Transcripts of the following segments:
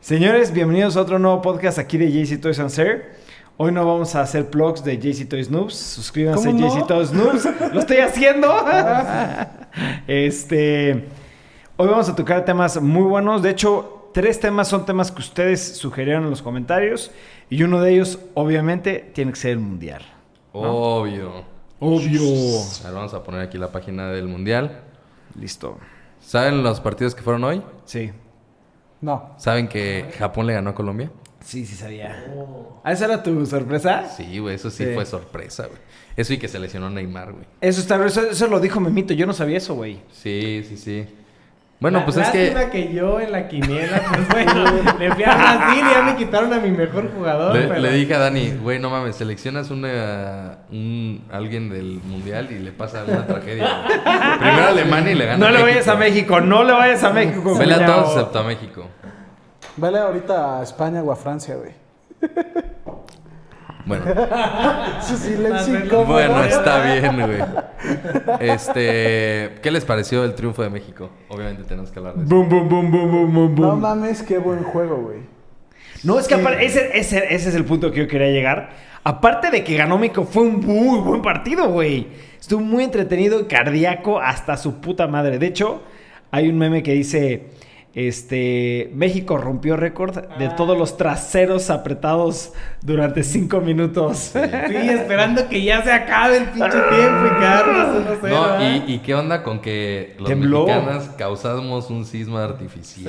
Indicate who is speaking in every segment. Speaker 1: Señores, bienvenidos a otro nuevo podcast aquí de JC Toys and Sir. Hoy no vamos a hacer vlogs de JC Toys Noobs. Suscríbanse a
Speaker 2: ¿Cómo no?
Speaker 1: JC Toys Noobs. ¡Lo estoy haciendo! este. Hoy vamos a tocar temas muy buenos. De hecho, tres temas son temas que ustedes sugirieron en los comentarios. Y uno de ellos, obviamente, tiene que ser el mundial.
Speaker 3: Obvio.
Speaker 2: Obvio.
Speaker 3: A ver, vamos a poner aquí la página del mundial.
Speaker 1: Listo.
Speaker 3: ¿Saben los partidos que fueron hoy?
Speaker 1: Sí.
Speaker 2: No.
Speaker 3: ¿Saben que Japón le ganó a Colombia?
Speaker 1: Sí, sí sabía. ¿Ah, esa era tu sorpresa?
Speaker 3: Sí, güey, eso sí,
Speaker 1: Sí.
Speaker 3: fue sorpresa, güey. Eso y que se lesionó Neymar, güey.
Speaker 1: Eso está, eso, eso lo dijo Memito. Yo no sabía eso, güey.
Speaker 3: Sí, sí, sí. Bueno,
Speaker 4: Lá-
Speaker 3: pues es que
Speaker 4: lástima que yo en la quiniela, pues bueno, le fui a Brasil y ya me quitaron a mi mejor jugador.
Speaker 3: le,
Speaker 4: pero-
Speaker 3: le dije a Dani, güey, no mames, seleccionas una, un alguien del mundial y le pasa una tragedia. güey. Primero Alemania y le gana
Speaker 1: No le
Speaker 3: México.
Speaker 1: vayas a México, no le vayas a México.
Speaker 3: Vele a
Speaker 1: cuñao.
Speaker 3: todos excepto a México.
Speaker 2: Vale ahorita a España o a Francia, güey.
Speaker 3: Bueno,
Speaker 2: Su silencio
Speaker 4: Más
Speaker 2: incómodo.
Speaker 3: bueno, está bien, güey. Este, ¿qué les pareció el triunfo de México? Obviamente tenemos que hablar de eso.
Speaker 1: Boom, boom, boom, boom, boom, boom,
Speaker 2: No
Speaker 1: boom.
Speaker 2: mames, qué buen juego, güey.
Speaker 1: No, es que aparte- ese, ese- ese es el punto que yo quería llegar. Aparte de que ganó México, fue un muy buen partido, güey. Estuvo muy entretenido y cardíaco hasta su puta madre. De hecho, hay un meme que dice, este, México rompió récord de
Speaker 4: Ah.
Speaker 1: todos los traseros apretados durante cinco minutos.
Speaker 4: Estoy esperando que ya se acabe el pinche tiempo y quedarnos uno cero.
Speaker 3: No,
Speaker 4: ¿verdad?
Speaker 3: y, y qué onda con que los
Speaker 1: Tembló.
Speaker 3: mexicanos causamos un sisma artificial?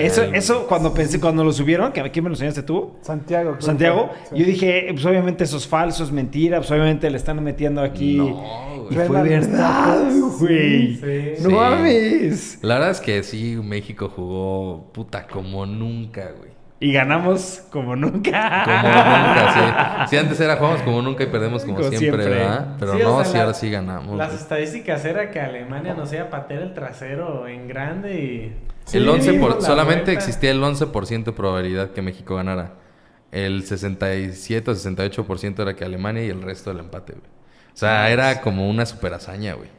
Speaker 1: Eso,
Speaker 3: güey?
Speaker 1: eso cuando pensé, cuando lo subieron, que a quién me lo enseñaste tú.
Speaker 2: Santiago. creo
Speaker 1: Santiago,
Speaker 2: que fue. Sí.
Speaker 1: yo dije, eh, pues obviamente eso es falso, es mentira, pues obviamente le están metiendo aquí.
Speaker 3: No,
Speaker 1: y
Speaker 3: güey.
Speaker 2: Ver
Speaker 1: fue
Speaker 2: las
Speaker 1: verdad,
Speaker 2: estatuas.
Speaker 1: güey.
Speaker 4: Sí,
Speaker 1: No
Speaker 3: Sí.
Speaker 1: mames.
Speaker 3: La verdad es que sí, México jugó puta como nunca, güey.
Speaker 1: Y ganamos como nunca.
Speaker 3: Como nunca, sí. Sí, antes era jugamos como nunca y perdemos como,
Speaker 1: Como
Speaker 3: siempre,
Speaker 1: siempre.
Speaker 3: ¿verdad? Pero
Speaker 4: Sí, o
Speaker 3: no,
Speaker 4: sea,
Speaker 3: sí,
Speaker 4: la-
Speaker 3: ahora sí ganamos.
Speaker 4: Las
Speaker 3: güey.
Speaker 4: estadísticas era que Alemania nos iba a patear el trasero en grande y.
Speaker 3: el
Speaker 2: Sí,
Speaker 3: 11 por-
Speaker 4: la
Speaker 3: solamente
Speaker 4: vuelta.
Speaker 3: existía el 11% de probabilidad que México ganara. El 67 o 68% era que Alemania y el resto del empate, güey. O sea, era como una super hazaña, güey.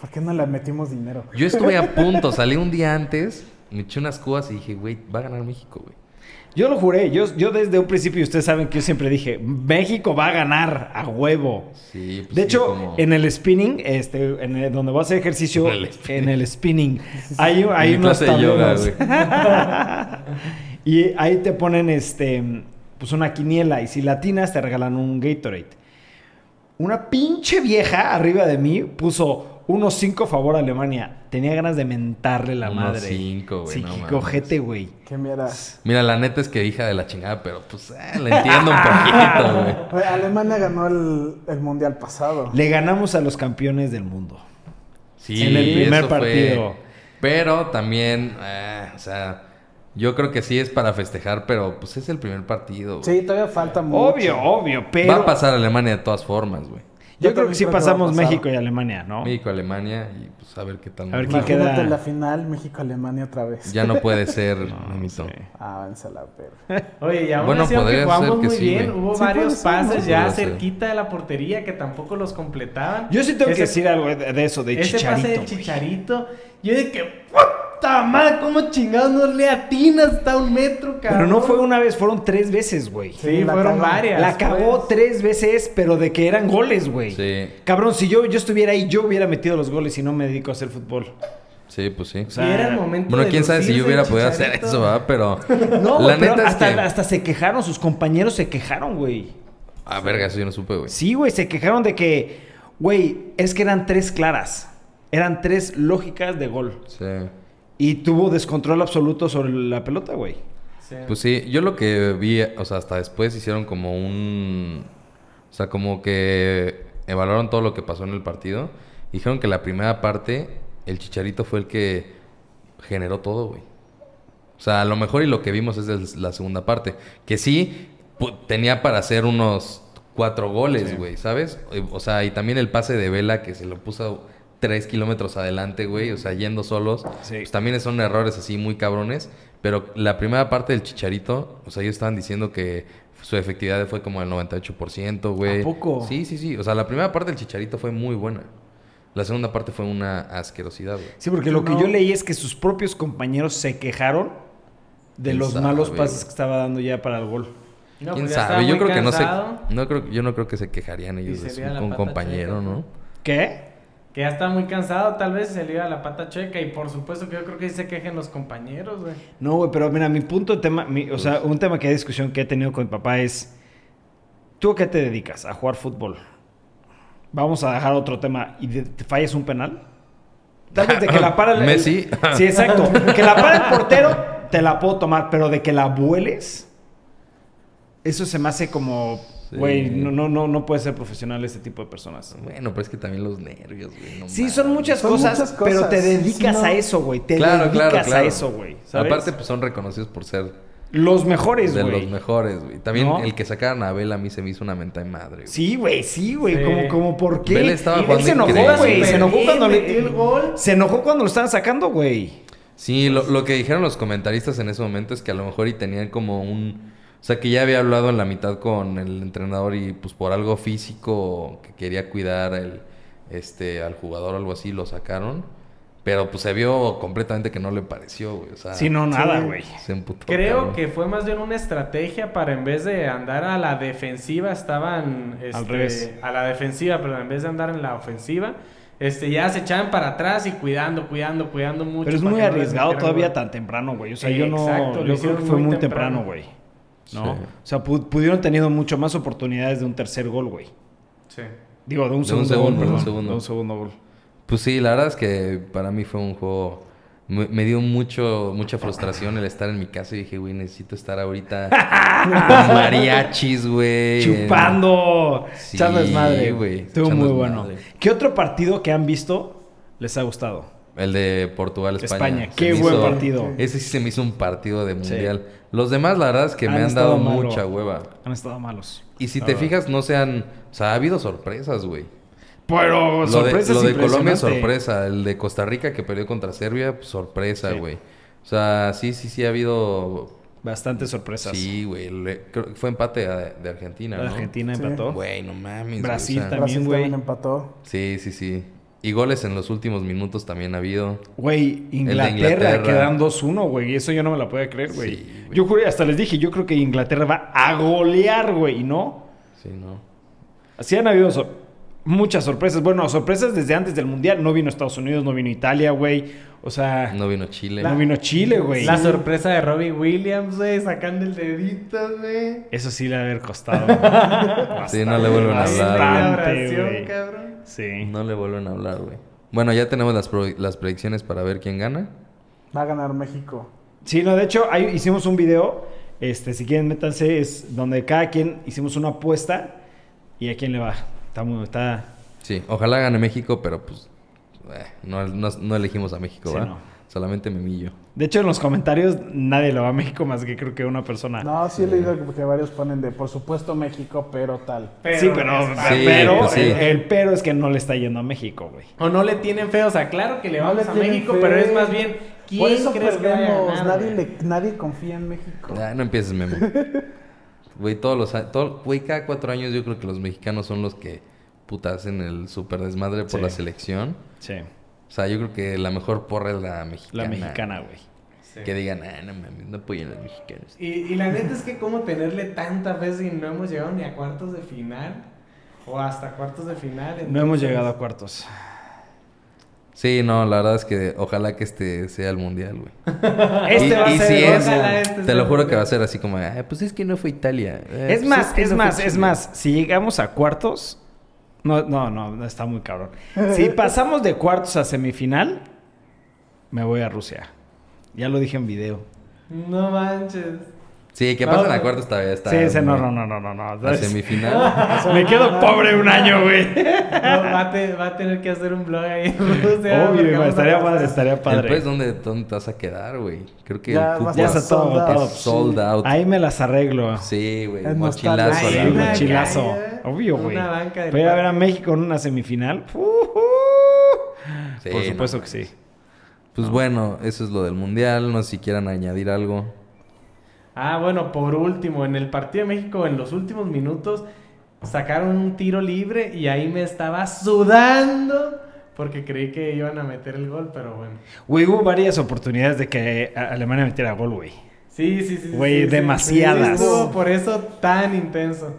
Speaker 2: ¿Por qué no le metimos dinero?
Speaker 3: Yo estuve a punto, salí un día antes, me eché unas cubas y dije, güey, va a ganar México, güey.
Speaker 1: Yo lo juré, yo, yo desde un principio, y ustedes saben que yo siempre dije, México va a ganar a huevo.
Speaker 3: Sí, pues
Speaker 1: De
Speaker 3: sí,
Speaker 1: hecho,
Speaker 3: como-
Speaker 1: en el spinning, este, en el- donde voy a hacer ejercicio,
Speaker 3: En el spinning.
Speaker 1: en el spinning, hay,
Speaker 3: en
Speaker 1: hay
Speaker 3: mi
Speaker 1: unos
Speaker 3: clase de yoga,
Speaker 1: tableros.
Speaker 3: güey.
Speaker 1: y ahí te ponen este pues una quiniela y si latinas te regalan un Gatorade. Una pinche vieja arriba de mí puso unos 5 favor a Alemania. Tenía ganas de mentarle la
Speaker 3: Unos
Speaker 1: madre.
Speaker 3: cinco, güey,
Speaker 1: Sí,
Speaker 3: no
Speaker 1: qué
Speaker 3: mames.
Speaker 1: cojete, güey.
Speaker 2: Qué mierda.
Speaker 3: Mira, la neta es que hija de la chingada, pero pues eh, la entiendo un poquito, güey.
Speaker 2: Güey, Alemania ganó el, el mundial pasado.
Speaker 1: Le ganamos a los campeones del mundo.
Speaker 3: Sí,
Speaker 1: En el primer
Speaker 3: eso fue.
Speaker 1: partido.
Speaker 3: Pero también, eh, o sea, yo creo que sí es para festejar, pero pues es el primer partido. güey.
Speaker 2: Sí, todavía falta mucho.
Speaker 1: Obvio, obvio, pero
Speaker 3: Va a pasar Alemania de todas formas, güey.
Speaker 1: yo,
Speaker 2: Yo
Speaker 1: creo que
Speaker 2: también
Speaker 1: sí
Speaker 2: creo que va a
Speaker 1: pasamos
Speaker 2: pasar.
Speaker 1: México y Alemania, ¿no?
Speaker 3: México, Alemania y pues a ver qué tal.
Speaker 1: A ver
Speaker 3: nos
Speaker 1: qué
Speaker 3: va.
Speaker 2: Imagínate
Speaker 1: queda-
Speaker 2: la final México-Alemania otra vez.
Speaker 3: Ya no puede ser, mamito.
Speaker 1: Sí.
Speaker 2: Avance la perra.
Speaker 4: Oye, y aún
Speaker 3: Bueno,
Speaker 4: así, aunque
Speaker 3: podría
Speaker 4: jugamos
Speaker 3: ser que
Speaker 4: muy
Speaker 3: sí,
Speaker 4: bien,
Speaker 3: güey.
Speaker 4: hubo
Speaker 2: Sí,
Speaker 4: varios
Speaker 2: puede ser, ¿no?
Speaker 4: pases ya
Speaker 3: Podría ser.
Speaker 4: cerquita de la portería que tampoco los completaban.
Speaker 1: Yo sí tengo
Speaker 4: Ese
Speaker 1: que decir algo de de eso, de
Speaker 4: Ese
Speaker 1: Chicharito.
Speaker 4: pase de
Speaker 1: güey.
Speaker 4: Chicharito, yo de que puta madre, cómo chingados no le atinas, está a un metro, cabrón.
Speaker 1: Pero no fue una vez, fueron tres veces, güey.
Speaker 4: Sí,
Speaker 2: Sí, la
Speaker 4: fueron
Speaker 2: cagó.
Speaker 4: varias.
Speaker 1: La cagó
Speaker 4: pues.
Speaker 1: tres veces, pero de que eran goles, güey.
Speaker 3: Sí.
Speaker 1: Cabrón, si yo, yo estuviera ahí, yo hubiera metido los goles y no me dedico a hacer fútbol.
Speaker 3: Sí, pues sí.
Speaker 1: sea,
Speaker 4: Y era el momento
Speaker 3: Bueno,
Speaker 4: de
Speaker 3: quién sabe si yo
Speaker 4: lucirse,
Speaker 3: hubiera podido hacer
Speaker 4: Chicharito.
Speaker 3: eso, ¿verdad? Pero
Speaker 1: No,
Speaker 3: la
Speaker 1: güey, pero
Speaker 3: neta es
Speaker 1: hasta,
Speaker 3: que...
Speaker 1: hasta se quejaron, sus compañeros se quejaron, güey.
Speaker 3: Ah, verga, eso yo no supe, güey.
Speaker 1: Sí, güey, se quejaron de que, güey, es que eran tres claras. Eran tres lógicas de gol.
Speaker 3: Sí.
Speaker 1: Y tuvo descontrol absoluto sobre la pelota, güey.
Speaker 4: Sí.
Speaker 3: Pues sí, yo lo que vi, o sea, hasta después hicieron como un... O sea, como que evaluaron todo lo que pasó en el partido. Dijeron que la primera parte, el Chicharito fue el que generó todo, güey. O sea, a lo mejor y lo que vimos es el- la segunda parte. Que sí, pu- tenía para hacer unos cuatro goles, güey, ¿sabes? Eh, O sea, y también el pase de Vela que se lo puso tres kilómetros adelante, güey. O sea, yendo solos.
Speaker 1: Sí.
Speaker 3: Pues también son errores así muy cabrones. Pero la primera parte del Chicharito, o sea, ellos estaban diciendo que su efectividad fue como el 98%, güey.
Speaker 1: ¿A poco?
Speaker 3: Sí, sí, sí. O sea, la primera parte del Chicharito fue muy buena. La segunda parte fue una asquerosidad, güey.
Speaker 1: Sí, porque lo que
Speaker 2: No.
Speaker 1: yo leí es que sus propios compañeros se quejaron De
Speaker 3: ¿Quién
Speaker 1: los
Speaker 3: sabe,
Speaker 1: malos
Speaker 3: güey?
Speaker 1: pases que estaba dando ya para el gol.
Speaker 4: No,
Speaker 3: ¿Quién
Speaker 4: pues ya estaba
Speaker 3: sabe? Yo
Speaker 4: muy
Speaker 3: creo que no se...
Speaker 4: cansado,
Speaker 3: No creo, yo no creo que se quejarían ellos
Speaker 4: se
Speaker 3: de
Speaker 4: veía la
Speaker 3: su, un
Speaker 4: pata
Speaker 3: compañero,
Speaker 4: chueca.
Speaker 3: ¿no?
Speaker 1: ¿Qué?
Speaker 4: Que ya estaba muy cansado, tal vez se le iba la pata checa. Y por supuesto que yo creo que sí se quejen los compañeros, güey.
Speaker 1: No, güey, pero mira, mi punto de tema, mi- o
Speaker 3: Pues.
Speaker 1: sea, un tema que hay discusión que he tenido con mi papá es, ¿tú a qué te dedicas? A jugar fútbol. Vamos a dejar otro tema. ¿Y de- te fallas un penal? Tal vez de que la para el...
Speaker 3: Messi.
Speaker 1: el- sí, exacto. Que la para el portero, te la puedo tomar, pero de que la vueles, eso se me hace como,
Speaker 3: Sí.
Speaker 1: güey, no, no, no, no puede ser profesional este tipo de personas.
Speaker 3: Bueno, pero es que también los nervios, güey. no
Speaker 1: Sí,
Speaker 3: mames.
Speaker 1: son muchas,
Speaker 2: Son
Speaker 1: cosas,
Speaker 2: muchas
Speaker 1: pero
Speaker 2: cosas.
Speaker 1: te dedicas
Speaker 2: Sí, no.
Speaker 1: a eso, güey. Te
Speaker 3: Claro,
Speaker 1: dedicas
Speaker 3: claro, claro.
Speaker 1: a eso, güey. ¿sabes?
Speaker 3: Aparte, pues son reconocidos por ser
Speaker 1: Los mejores,
Speaker 3: de
Speaker 1: güey.
Speaker 3: los mejores, güey. También
Speaker 1: ¿No?
Speaker 3: el que sacaran a Abel a mí se me hizo una menta de madre, güey.
Speaker 1: Sí, güey, sí, güey.
Speaker 4: Sí.
Speaker 1: Como, como, ¿por qué?
Speaker 3: Vela estaba
Speaker 1: Y él
Speaker 3: jugando
Speaker 1: se enojó,
Speaker 3: increíble.
Speaker 1: güey. Se enojó
Speaker 4: Bien,
Speaker 1: cuando le...
Speaker 4: metió el gol.
Speaker 1: Se enojó cuando lo estaban sacando, güey.
Speaker 3: Sí, lo, lo que dijeron los comentaristas en ese momento es que a lo mejor y tenían como un... O sea, que ya había hablado en la mitad con el entrenador y pues por algo físico que quería cuidar el, este, al jugador o algo así, lo sacaron. Pero pues se vio completamente que no le pareció, güey. O sea,
Speaker 1: sí, no, nada,
Speaker 2: sí.
Speaker 1: güey.
Speaker 3: se emputó.
Speaker 4: Creo
Speaker 3: cabrón.
Speaker 4: que fue más bien una estrategia para en vez de andar a la defensiva, estaban este,
Speaker 1: revés.
Speaker 4: a la defensiva, pero en vez de andar en la ofensiva, este ya se echaban para atrás y cuidando, cuidando, cuidando mucho.
Speaker 1: Pero es
Speaker 4: para
Speaker 1: muy
Speaker 4: que no les
Speaker 1: arriesgado
Speaker 4: metieran
Speaker 1: todavía
Speaker 4: gol.
Speaker 1: tan temprano, güey. O sea,
Speaker 4: Sí,
Speaker 1: yo no...
Speaker 4: exacto, lo
Speaker 1: yo creo
Speaker 4: hicieron
Speaker 1: que fue
Speaker 4: muy
Speaker 1: muy
Speaker 4: temprano.
Speaker 1: temprano, güey. ¿No?
Speaker 3: Sí.
Speaker 1: O sea, pu- pudieron tenido mucho más oportunidades de un tercer gol, güey.
Speaker 4: Sí.
Speaker 1: Digo, de un
Speaker 3: De un
Speaker 1: segundo
Speaker 3: segundo,
Speaker 1: gol,
Speaker 3: de un
Speaker 1: perdón.
Speaker 3: segundo.
Speaker 1: De un segundo gol.
Speaker 3: Pues sí, la verdad es que para mí fue un juego... Me, me dio mucho, mucha frustración el estar en mi casa y dije, güey, necesito estar ahorita con mariachis, güey. en-
Speaker 1: Chupando.
Speaker 3: Sí,
Speaker 1: echando desmadre.
Speaker 3: güey,
Speaker 1: Estuvo
Speaker 3: echando
Speaker 1: muy
Speaker 3: desmadre.
Speaker 1: bueno. ¿Qué otro partido que han visto les ha gustado?
Speaker 3: El de Portugal-España.
Speaker 1: España.
Speaker 3: Se
Speaker 1: Qué
Speaker 3: me
Speaker 1: buen
Speaker 3: hizo-
Speaker 1: partido.
Speaker 3: Ese sí se me hizo un partido de mundial. Los demás, la verdad es que
Speaker 1: Han
Speaker 3: me han
Speaker 1: estado
Speaker 3: dado
Speaker 1: malo.
Speaker 3: mucha hueva.
Speaker 1: Han estado malos.
Speaker 3: Y si
Speaker 1: La
Speaker 3: te
Speaker 1: verdad.
Speaker 3: fijas, no se han... O sea, ha habido sorpresas, güey.
Speaker 1: Pero
Speaker 3: Lo de,
Speaker 1: sorpresa
Speaker 3: lo de Colombia,
Speaker 1: sorpresa.
Speaker 3: sorpresa. El de Costa Rica que perdió contra Serbia, pues, sorpresa,
Speaker 1: Sí.
Speaker 3: güey. O sea, sí, sí, sí ha habido...
Speaker 1: Bastantes sorpresas.
Speaker 3: Sí, güey. Le- creo que Fue empate a- de Argentina,
Speaker 1: La
Speaker 3: ¿no?
Speaker 1: Argentina
Speaker 2: Sí.
Speaker 1: empató.
Speaker 3: Güey, no mames. güey,
Speaker 1: Brasil
Speaker 3: o sea,
Speaker 1: También,
Speaker 2: Brasil
Speaker 1: güey.
Speaker 2: también empató.
Speaker 3: Sí, sí, sí. Y goles en los últimos minutos también ha habido.
Speaker 1: Güey, Inglaterra,
Speaker 3: Inglaterra.
Speaker 1: quedan 2-1, güey. Eso yo no me la podía creer, güey.
Speaker 3: Sí, güey.
Speaker 1: yo juré, hasta les dije, yo creo que Inglaterra va a golear, güey. Y no.
Speaker 3: Sí, ¿no?
Speaker 1: Así han habido sor- muchas sorpresas. Bueno, sorpresas desde antes del Mundial. No vino Estados Unidos, no vino Italia, güey. O sea, no,
Speaker 3: No vino Chile.
Speaker 1: vino Chile, güey.
Speaker 4: La sorpresa de Robbie Williams, güey, sacando el dedito, güey.
Speaker 1: Eso sí le ha de haber costado. güey.
Speaker 3: Sí, no le vuelven a
Speaker 4: Ahí la
Speaker 3: hablar.
Speaker 1: Bastante,
Speaker 4: oración,
Speaker 1: güey.
Speaker 4: cabrón.
Speaker 1: Sí.
Speaker 3: No le vuelven a hablar, güey. Bueno, ya tenemos las, pro- las predicciones para ver quién gana.
Speaker 2: Va a ganar México.
Speaker 1: Sí, no, de hecho, ahí hicimos un video. Este, si quieren, métanse, es donde cada quien hicimos una apuesta y a quién le va. Está muy, está.
Speaker 3: Sí, ojalá gane México, pero pues eh, no, no- no elegimos a México,
Speaker 1: Sí,
Speaker 3: ¿verdad?
Speaker 1: no.
Speaker 3: Solamente Memillo.
Speaker 1: De hecho, en los comentarios nadie le va a México más que creo que una persona.
Speaker 2: No, sí he leído que- que varios ponen de, por supuesto, México, pero tal.
Speaker 1: sí, pero,
Speaker 4: es-
Speaker 3: Sí,
Speaker 1: pero
Speaker 3: pues sí.
Speaker 1: el, el pero es que no le está yendo a México, güey.
Speaker 4: O no le tienen fe, o sea, claro que le
Speaker 2: No
Speaker 4: vamos
Speaker 2: les
Speaker 4: a
Speaker 2: tienen
Speaker 4: México,
Speaker 2: fe.
Speaker 4: pero es más bien, ¿quién
Speaker 2: Por eso
Speaker 4: crees que vaya a
Speaker 2: perdemos.
Speaker 4: ganar,
Speaker 2: nadie,
Speaker 4: güey?
Speaker 2: le- nadie confía en México.
Speaker 3: Ah, no empieces, Memo. Güey, todos los a- todo- güey, cada cuatro años yo creo que los mexicanos son los que puta hacen el super desmadre por
Speaker 1: Sí.
Speaker 3: la selección.
Speaker 1: Sí,
Speaker 3: O sea, yo creo que la mejor porra es la mexicana.
Speaker 1: la mexicana, güey.
Speaker 4: Sí.
Speaker 3: Que digan, ah, no mames, no apoyen a los mexicanos.
Speaker 4: Y, y la neta es que como tenerle tanta fe si no hemos llegado ni a cuartos de final o hasta cuartos de final.
Speaker 1: No hemos
Speaker 4: entonces-
Speaker 1: llegado a cuartos.
Speaker 3: Sí, no, la verdad es que ojalá que este sea el mundial, güey.
Speaker 1: Este
Speaker 3: y
Speaker 1: va a
Speaker 3: y
Speaker 1: ser.
Speaker 3: si
Speaker 1: el
Speaker 3: es,
Speaker 1: otro.
Speaker 4: ojalá este
Speaker 3: te
Speaker 4: sea
Speaker 3: lo
Speaker 4: el
Speaker 3: juro que
Speaker 4: primero.
Speaker 3: va a ser así como, "Ah, pues es que no fue Italia. Ah,
Speaker 1: Es
Speaker 3: pues
Speaker 1: más,
Speaker 3: que
Speaker 1: es
Speaker 3: no fue
Speaker 1: más, es
Speaker 3: Chile".
Speaker 1: más. Si llegamos a cuartos. No, no, no, no, está muy cabrón. Si pasamos de cuartos a semifinal, me voy a Rusia. Ya lo dije en video.
Speaker 4: No manches.
Speaker 3: Sí, que
Speaker 4: No,
Speaker 3: pasen a
Speaker 4: no.
Speaker 3: cuartos todavía está.
Speaker 1: sí, ese no,
Speaker 3: muy-
Speaker 1: no, Pues- no, no, no, no.
Speaker 3: La semifinal.
Speaker 1: Me quedo pobre un año, güey.
Speaker 4: No, va, a te- va a tener que hacer un blog ahí. en Rusia, porque
Speaker 1: Obvio,
Speaker 4: vamos
Speaker 1: güey,
Speaker 4: a
Speaker 1: estaría
Speaker 4: pasar.
Speaker 1: padre, estaría padre.
Speaker 3: Después, ¿dónde, ¿dónde te vas a quedar, güey? Creo que
Speaker 2: Ya
Speaker 3: el
Speaker 2: va a
Speaker 3: cupo
Speaker 1: ya
Speaker 2: estar
Speaker 1: está todo
Speaker 2: sold out.
Speaker 1: agotado.
Speaker 3: es sold out.
Speaker 1: Ahí me las arreglo.
Speaker 3: Sí, güey.
Speaker 2: Es
Speaker 3: Mochilazo.
Speaker 2: nostalgia.
Speaker 1: Sí,
Speaker 3: la
Speaker 2: Ahí,
Speaker 3: verdad.
Speaker 2: güey.
Speaker 1: mochilazo.
Speaker 4: calle,
Speaker 1: Obvio,
Speaker 4: una
Speaker 1: güey.
Speaker 4: banca del
Speaker 1: Pero ir a ver a
Speaker 4: parque.
Speaker 1: México en una semifinal. ¡ujú!
Speaker 3: Sí,
Speaker 1: Por supuesto
Speaker 3: no
Speaker 1: que sí.
Speaker 3: Pues bueno, eso es lo del mundial. No sé si quieran añadir algo.
Speaker 4: Ah, bueno, por último, en el partido de México, en los últimos minutos, sacaron un tiro libre y ahí me estaba sudando porque creí que iban a meter el gol, pero bueno.
Speaker 1: Güey, hubo varias oportunidades de que a- Alemania metiera gol, güey.
Speaker 4: Sí, sí, sí. sí,
Speaker 1: Güey,
Speaker 4: sí, sí.
Speaker 1: demasiadas.
Speaker 4: Sí, estuvo por eso tan intenso.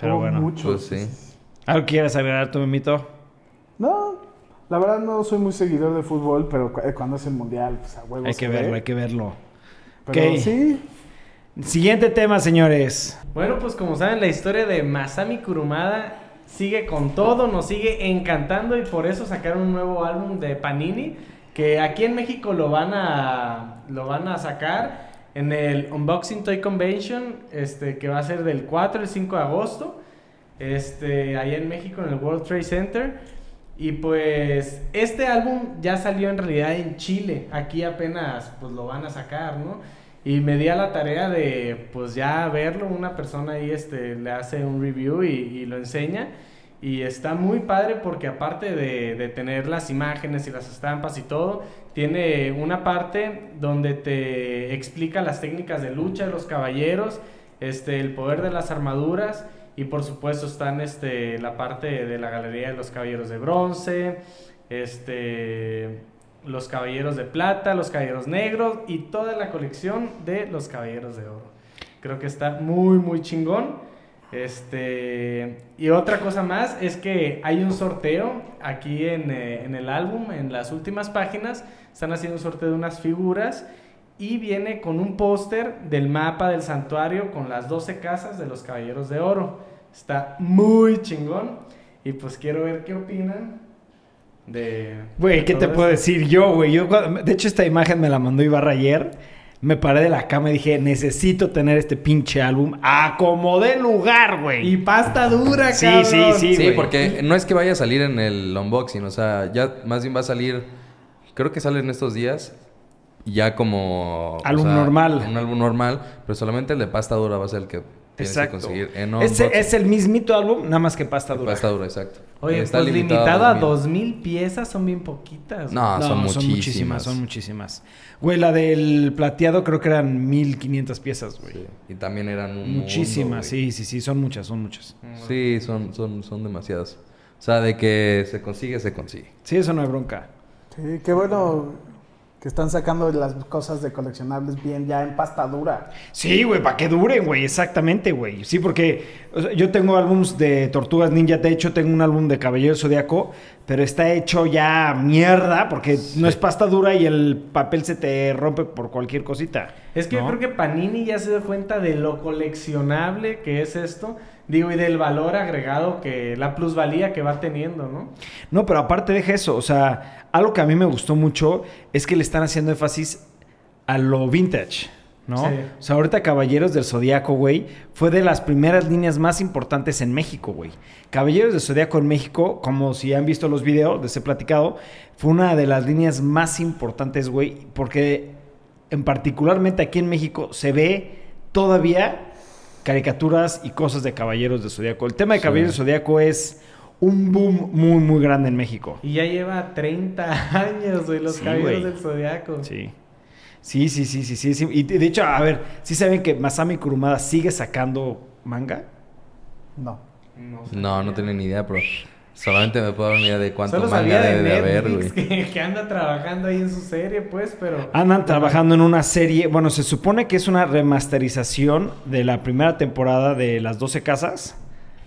Speaker 1: Pero
Speaker 2: Hubo
Speaker 1: bueno.
Speaker 2: mucho.
Speaker 3: Pues sí.
Speaker 1: ¿Algo quieres agregar tú, Memito?
Speaker 2: No, la verdad no soy muy seguidor de fútbol, pero cu- eh, cuando es el mundial, pues a huevos.
Speaker 1: Hay que verlo, hay que verlo.
Speaker 2: Pero
Speaker 1: ok.
Speaker 2: sí,
Speaker 1: Siguiente tema, señores.
Speaker 4: Bueno, pues como saben, la historia de Masami Kurumada sigue con todo, nos sigue encantando y por eso sacaron un nuevo álbum de Panini que aquí en México lo van a lo van a sacar en el Unboxing Toy Convention, este que va a ser del 4 al 5 de agosto, este ahí en México en el World Trade Center. Y pues este álbum ya salió en realidad en Chile, aquí apenas pues lo van a sacar, ¿no? Y me di a la tarea de pues ya verlo, una persona ahí este, le hace un review y, y lo enseña. Y está muy padre porque aparte de, de tener las imágenes y las estampas y todo, tiene una parte donde te explica las técnicas de lucha de los caballeros, este, el poder de las armaduras y por supuesto están este, la parte de la galería de los caballeros de bronce, este, los caballeros de plata, los caballeros negros y toda la colección de los caballeros de oro. Creo que está muy, muy chingón. Este, y otra cosa más es que hay un sorteo aquí en, eh, en el álbum, en las últimas páginas, están haciendo un sorteo de unas figuras y viene con un póster del mapa del santuario con las 12 casas de los Caballeros de Oro. Está muy chingón y pues quiero ver qué opinan de...
Speaker 1: Güey,
Speaker 4: de
Speaker 1: ¿qué te
Speaker 4: todo
Speaker 1: puedo
Speaker 4: esto.
Speaker 1: decir yo, güey? Yo, cuando- de hecho, esta imagen me la mandó Ibarra ayer. Me paré de la cama y dije, necesito tener este pinche álbum. Acomodé lugar,
Speaker 4: Y
Speaker 1: güey.
Speaker 4: pasta dura,
Speaker 1: Sí,
Speaker 4: cabrón.
Speaker 1: sí, sí.
Speaker 3: Sí,
Speaker 1: güey.
Speaker 3: porque no es que vaya a salir en el unboxing, o sea, ya más bien va a salir, creo que sale en estos días, ya como... o
Speaker 1: Álbum
Speaker 3: sea,
Speaker 1: normal.
Speaker 3: Un álbum normal, pero solamente el de pasta dura va a ser el que tienes que conseguir en
Speaker 1: Ese
Speaker 3: unboxing.
Speaker 1: es el mismito álbum, nada más que pasta dura.
Speaker 3: Pasta dura, exacto.
Speaker 4: Oye,
Speaker 3: Y
Speaker 4: pues limitado a
Speaker 3: 2000.
Speaker 4: 2000 piezas, son bien poquitas.
Speaker 3: No,
Speaker 1: No,
Speaker 3: son, muchísimas.
Speaker 1: son muchísimas. Güey, la del plateado creo que eran 1500 piezas, güey.
Speaker 3: Sí, Y también eran un
Speaker 1: Muchísimas,
Speaker 3: mundo, güey.
Speaker 1: sí, sí, sí, son muchas, son muchas.
Speaker 3: Sí, son, son, son demasiadas. O sea, de que se consigue, se consigue.
Speaker 1: Sí, eso no hay bronca.
Speaker 2: sí, qué bueno que están sacando las cosas de coleccionables bien ya en pasta dura.
Speaker 1: Sí, güey, para que dure, güey, exactamente, güey. Sí, porque o sea, yo tengo álbums de Tortugas Ninja, de hecho tengo un álbum de Caballero Zodiaco, pero está hecho ya mierda porque no es pasta dura y el papel se te rompe por cualquier cosita.
Speaker 4: Es que
Speaker 1: ¿no?
Speaker 4: yo creo que Panini ya se dio cuenta de lo coleccionable que es esto, digo, y del valor agregado que, la plusvalía que va teniendo, ¿no?
Speaker 1: No, pero aparte deja eso, o sea, algo que a mí me gustó mucho es que le están haciendo énfasis a lo vintage, ¿no?
Speaker 4: Sí.
Speaker 1: O sea, ahorita Caballeros del Zodíaco, güey, fue de las primeras líneas más importantes en México, güey. Caballeros del Zodíaco en México, como si han visto los videos, les he platicado, fue una de las líneas más importantes, güey, porque en particularmente aquí en México se ve todavía caricaturas y cosas de Caballeros del Zodíaco. El tema de
Speaker 3: Sí.
Speaker 1: Caballeros del Zodíaco es un boom muy, muy grande en México.
Speaker 4: Y ya lleva 30 años, güey, los
Speaker 1: Sí,
Speaker 4: caballeros
Speaker 1: güey.
Speaker 4: del zodiaco.
Speaker 1: Sí. Sí, sí, sí, sí, sí, sí. Y de de hecho, a ver, ¿sí saben que Masami Kurumada sigue sacando manga?
Speaker 2: No.
Speaker 4: No, sé.
Speaker 3: No, no tenía ni idea, pero solamente me puedo dar una idea de cuánto
Speaker 4: Solo
Speaker 3: manga
Speaker 4: sabía de
Speaker 3: debe de haber,
Speaker 4: Netflix
Speaker 3: güey.
Speaker 4: que, que anda trabajando ahí en su serie, pues, pero.
Speaker 1: Andan trabajando en una serie, bueno, se supone que es una remasterización de la primera temporada de Las 12 Casas,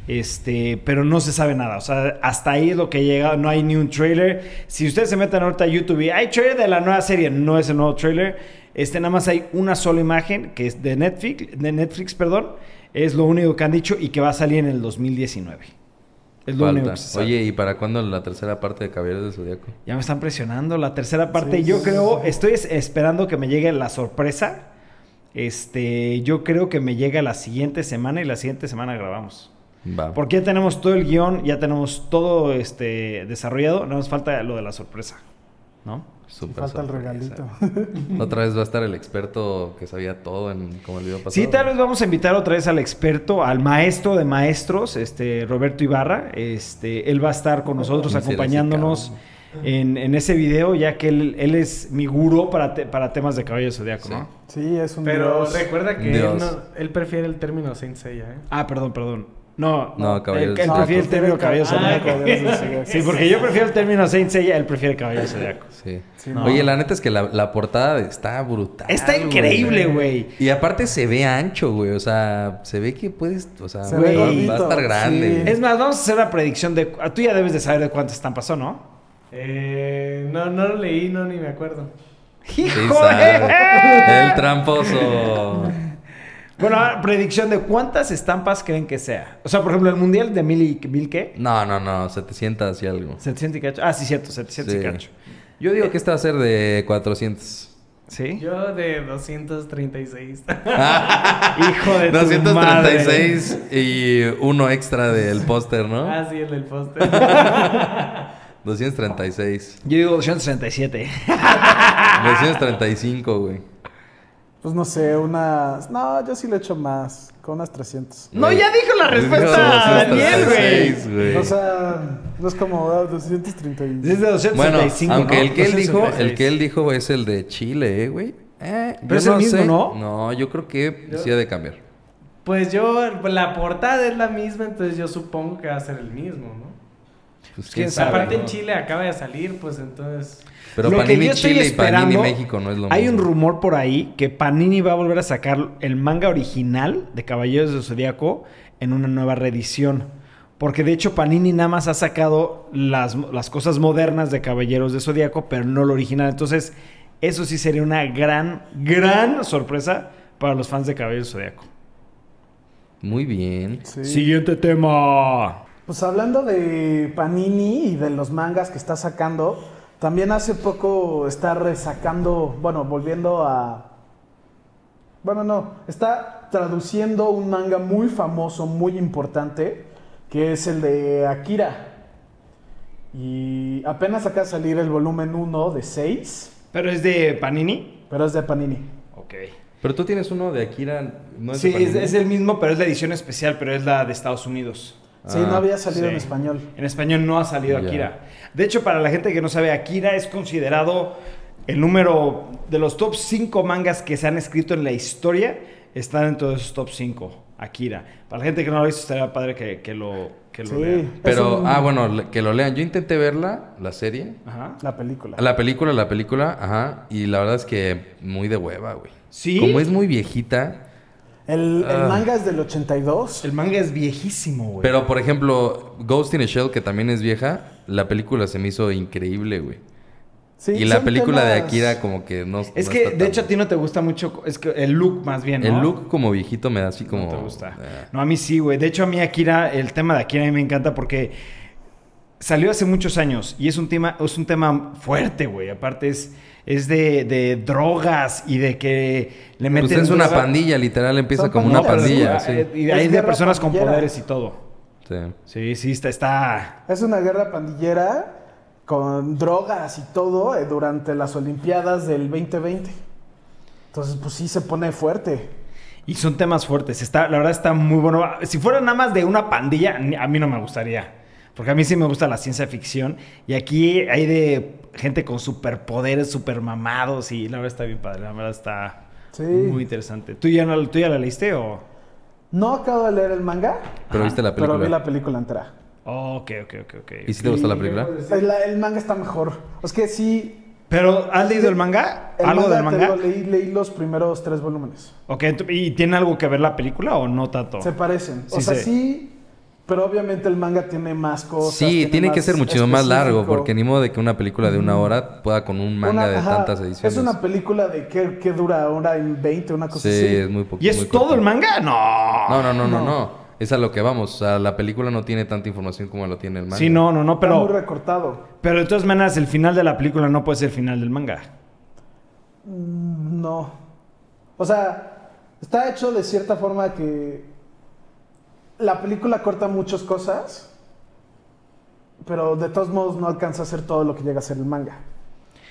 Speaker 1: este, pero no se sabe nada, o sea, hasta ahí es lo que llega, no hay ni un trailer. Si ustedes se meten ahorita a YouTube y hay trailer de la nueva serie, no es el nuevo trailer, este, nada más hay una sola imagen que es de Netflix, de Netflix, perdón, es lo único que han dicho y que va a salir en el 2019. Es lo único
Speaker 3: Falta.
Speaker 1: que se sabe.
Speaker 3: Oye, ¿y para cuándo la tercera parte de Caballeros del Zodíaco?
Speaker 1: Ya me están presionando la tercera parte.
Speaker 2: Sí,
Speaker 1: yo
Speaker 2: sí,
Speaker 1: creo,
Speaker 2: sí.
Speaker 1: estoy es- esperando que me llegue la sorpresa. Este, yo creo que me llega la siguiente semana y la siguiente semana grabamos.
Speaker 3: Va.
Speaker 1: Porque ya tenemos todo el guión, ya tenemos todo este desarrollado, no nos falta lo de la sorpresa, ¿no?
Speaker 2: Sí,
Speaker 3: Súper
Speaker 2: falta el
Speaker 3: sorpresa.
Speaker 2: regalito.
Speaker 3: Otra vez va a estar el experto que sabía todo en como el video pasado.
Speaker 1: Sí, tal vez vamos a invitar otra vez al experto, al maestro de maestros, este Roberto Ibarra. Este, él va a estar con nosotros
Speaker 3: Sí, sí,
Speaker 1: acompañándonos en, en ese video, ya que él, él es mi gurú para, te- para temas de caballo zodiaco,
Speaker 3: Sí.
Speaker 1: ¿no?
Speaker 2: Sí, es un
Speaker 4: Pero
Speaker 2: dios.
Speaker 4: recuerda que él,
Speaker 3: Dios.
Speaker 4: no- él prefiere el término Saint Seiya, ¿eh?
Speaker 1: Ah, perdón, perdón. No,
Speaker 3: No, Caballeros
Speaker 1: él, él
Speaker 3: del
Speaker 1: prefiere el
Speaker 2: Zodíaco.
Speaker 1: término cabello zodiaco.
Speaker 4: Ah,
Speaker 1: Sí, porque yo prefiero el término Saint Seiya, él prefiere cabello zodiaco.
Speaker 3: Sí.
Speaker 2: Sí, no.
Speaker 3: Oye, la neta es que la, la portada está brutal.
Speaker 1: Está
Speaker 3: güey.
Speaker 1: increíble, güey.
Speaker 3: Y aparte se ve ancho, güey. O sea, se ve que puedes. O sea,
Speaker 2: Se
Speaker 1: ve
Speaker 3: va,
Speaker 1: gordito,
Speaker 3: va a estar grande.
Speaker 2: sí.
Speaker 3: güey.
Speaker 1: Es más, vamos a hacer la predicción de. Tú ya debes de saber de cuántas estampas son, ¿no?
Speaker 4: Eh, no, no lo leí, no, ni me acuerdo.
Speaker 3: Sí,
Speaker 1: ¡Hijo
Speaker 3: sabe. El
Speaker 1: de!
Speaker 3: tramposo.
Speaker 1: Bueno, ahora, predicción de cuántas estampas creen que sea. O sea, por ejemplo, el mundial de mil y mil qué?
Speaker 3: No, no, no. 700 y algo.
Speaker 1: 700 y cacho. Ah, sí, cierto, 700 y
Speaker 3: Sí.
Speaker 1: cacho.
Speaker 3: Yo digo que este va a ser de 400.
Speaker 1: ¿Sí?
Speaker 4: Yo de 236.
Speaker 1: Hijo de tu madre.
Speaker 3: 236 y uno extra del póster, ¿no?
Speaker 4: ah, sí, el del póster.
Speaker 3: 236.
Speaker 1: Yo digo 237. Ah.
Speaker 3: 235, güey.
Speaker 2: Pues no sé, unas. No, yo sí le echo más. Con unas 300.
Speaker 1: No, ya dijo la
Speaker 3: Dijo
Speaker 1: respuesta, Daniel, güey.
Speaker 3: 236, güey.
Speaker 2: O sea, no es como ah, 230. y-
Speaker 1: Es de 265.
Speaker 3: bueno, aunque
Speaker 1: ¿no?
Speaker 3: el que él dijo,
Speaker 1: 266.
Speaker 3: el que él dijo es el de Chile, eh, güey. Eh,
Speaker 1: Pero
Speaker 3: yo
Speaker 1: es el mismo,
Speaker 3: sé.
Speaker 1: ¿no?
Speaker 3: No, yo creo que sí ha de cambiar.
Speaker 4: Pues yo, la portada es la misma, entonces yo supongo que va a ser el mismo, ¿no?
Speaker 3: Pues,
Speaker 1: quién
Speaker 3: sabe,
Speaker 4: Aparte
Speaker 3: ¿no?
Speaker 4: en Chile acaba de salir, pues entonces...
Speaker 3: Pero
Speaker 1: Lo que
Speaker 3: Panini
Speaker 1: yo estoy
Speaker 3: Chile y Panini
Speaker 1: esperando,
Speaker 3: México no es lo mismo.
Speaker 1: Hay un rumor por ahí que Panini va a volver a sacar el manga original de Caballeros del Zodíaco en una nueva reedición. Porque de hecho Panini nada más ha sacado las, las cosas modernas de Caballeros del Zodíaco, pero no lo original. Entonces, eso sí sería una gran, gran sorpresa para los fans de Caballeros del Zodíaco.
Speaker 3: Muy bien.
Speaker 2: Sí.
Speaker 1: Siguiente tema.
Speaker 2: Pues hablando de Panini y de los mangas que está sacando, también hace poco está resacando, bueno, volviendo a... Bueno, no, está traduciendo un manga muy famoso, muy importante, que es el de Akira. Y apenas acaba de salir el volumen 1 de 6,
Speaker 1: Pero es de Panini.
Speaker 2: pero es de Panini.
Speaker 1: Ok.
Speaker 3: Pero tú tienes uno de Akira, ¿no es de
Speaker 1: Sí, es,
Speaker 3: Panini?
Speaker 1: es el mismo, pero es la edición especial, pero es la de Estados Unidos.
Speaker 2: Sí,
Speaker 3: Ah,
Speaker 2: no había salido
Speaker 1: sí.
Speaker 2: en español.
Speaker 1: En español no ha salido
Speaker 3: Ya.
Speaker 1: Akira. De hecho, para la gente que no sabe, Akira es considerado el número de los top 5 mangas que se han escrito en la historia. Están dentro de esos top 5, Akira. Para la gente que no lo ha visto, estaría padre que, que lo, que lo
Speaker 2: Sí,
Speaker 1: vea.
Speaker 3: Pero,
Speaker 2: Es un-
Speaker 3: ah, bueno, le- que lo lean. Yo intenté verla, la serie.
Speaker 1: Ajá.
Speaker 2: La película.
Speaker 3: La película, la película, ajá. Y la verdad es que muy de hueva, güey.
Speaker 1: ¿Sí?
Speaker 3: Como es muy viejita.
Speaker 2: El, el
Speaker 3: Ah.
Speaker 2: manga es del 82.
Speaker 1: El manga es viejísimo, güey.
Speaker 3: Pero, por ejemplo, Ghost in a Shell, que también es vieja, la película se me hizo increíble, güey.
Speaker 2: Sí,
Speaker 3: y la
Speaker 2: son
Speaker 3: película de
Speaker 2: temas-
Speaker 3: Akira como que no...
Speaker 1: es
Speaker 3: no
Speaker 1: que,
Speaker 3: está
Speaker 1: de
Speaker 3: tan-
Speaker 1: hecho, a ti no te gusta mucho. Es que el look, más bien. ¿no?
Speaker 3: El look como viejito me da así como...
Speaker 1: No te gusta.
Speaker 3: eh,
Speaker 1: No, a mí sí, güey. De hecho, a mí Akira, el tema de Akira a mí me encanta porque salió hace muchos años y es un tema, es un tema fuerte, güey. Aparte es, es de, de drogas y de que le
Speaker 3: pues
Speaker 1: meten...
Speaker 3: es una
Speaker 1: droga-
Speaker 3: pandilla, literal, empieza
Speaker 2: Son
Speaker 3: como una pandilla,
Speaker 2: pandillas,
Speaker 3: sí.
Speaker 1: eh, Y
Speaker 2: Es
Speaker 1: hay de
Speaker 2: guerra
Speaker 1: personas con
Speaker 2: pandillera.
Speaker 1: poderes y todo.
Speaker 3: Sí.
Speaker 1: Sí, sí, está... está...
Speaker 2: Es una guerra pandillera con drogas y todo eh, durante las Olimpiadas del 2020. Entonces, pues sí se pone fuerte.
Speaker 1: Y son temas fuertes. Está, la verdad está muy bueno. Si fuera nada más de una pandilla, ni- a mí no me gustaría. Porque a mí sí me gusta la ciencia ficción. Y aquí hay de gente con superpoderes, supermamados. Y la verdad está bien padre. La verdad está
Speaker 2: Sí.
Speaker 1: muy interesante. ¿Tú ya, no- ¿Tú ya la leíste o...?
Speaker 2: No acabo de leer el manga,
Speaker 3: Pero viste la película.
Speaker 2: pero vi la película entera.
Speaker 1: Oh, ok, ok, ok, ok.
Speaker 3: ¿Y si te gustó la película?
Speaker 2: El, el manga está mejor. Es que sí.
Speaker 1: ¿Pero has leído el manga?
Speaker 2: el
Speaker 1: ¿Algo del
Speaker 2: te
Speaker 1: manga?
Speaker 2: digo, leí, leí los primeros tres volúmenes.
Speaker 1: Ok, ent- ¿y tiene algo que ver la película o no tanto?
Speaker 2: Se parecen. O
Speaker 1: Oh. Sí,
Speaker 2: sea,
Speaker 1: sí.
Speaker 2: sí, pero obviamente el manga tiene más cosas.
Speaker 3: Sí, tiene que
Speaker 2: más
Speaker 3: ser muchísimo más largo,
Speaker 2: específico.
Speaker 3: porque ni modo de que una película de una hora pueda con un manga
Speaker 2: Una-
Speaker 3: de
Speaker 2: ajá,
Speaker 3: tantas ediciones.
Speaker 2: Es una película de que, que dura hora en 20, una cosa
Speaker 3: Sí,
Speaker 2: así.
Speaker 3: es muy poco.
Speaker 1: ¿Y es todo el manga? Ah, No.
Speaker 3: No, no, no, no, no. Es a lo que vamos. O sea, la película no tiene tanta información como lo tiene el manga.
Speaker 1: Sí, no, no, no,
Speaker 2: Está muy
Speaker 1: pero...
Speaker 2: recortado.
Speaker 1: Pero de todas maneras, el final de la película no puede ser el final del manga.
Speaker 2: Mm, No. O sea, está hecho de cierta forma que la película corta muchas cosas, pero de todos modos no alcanza a ser todo lo que llega a ser el manga.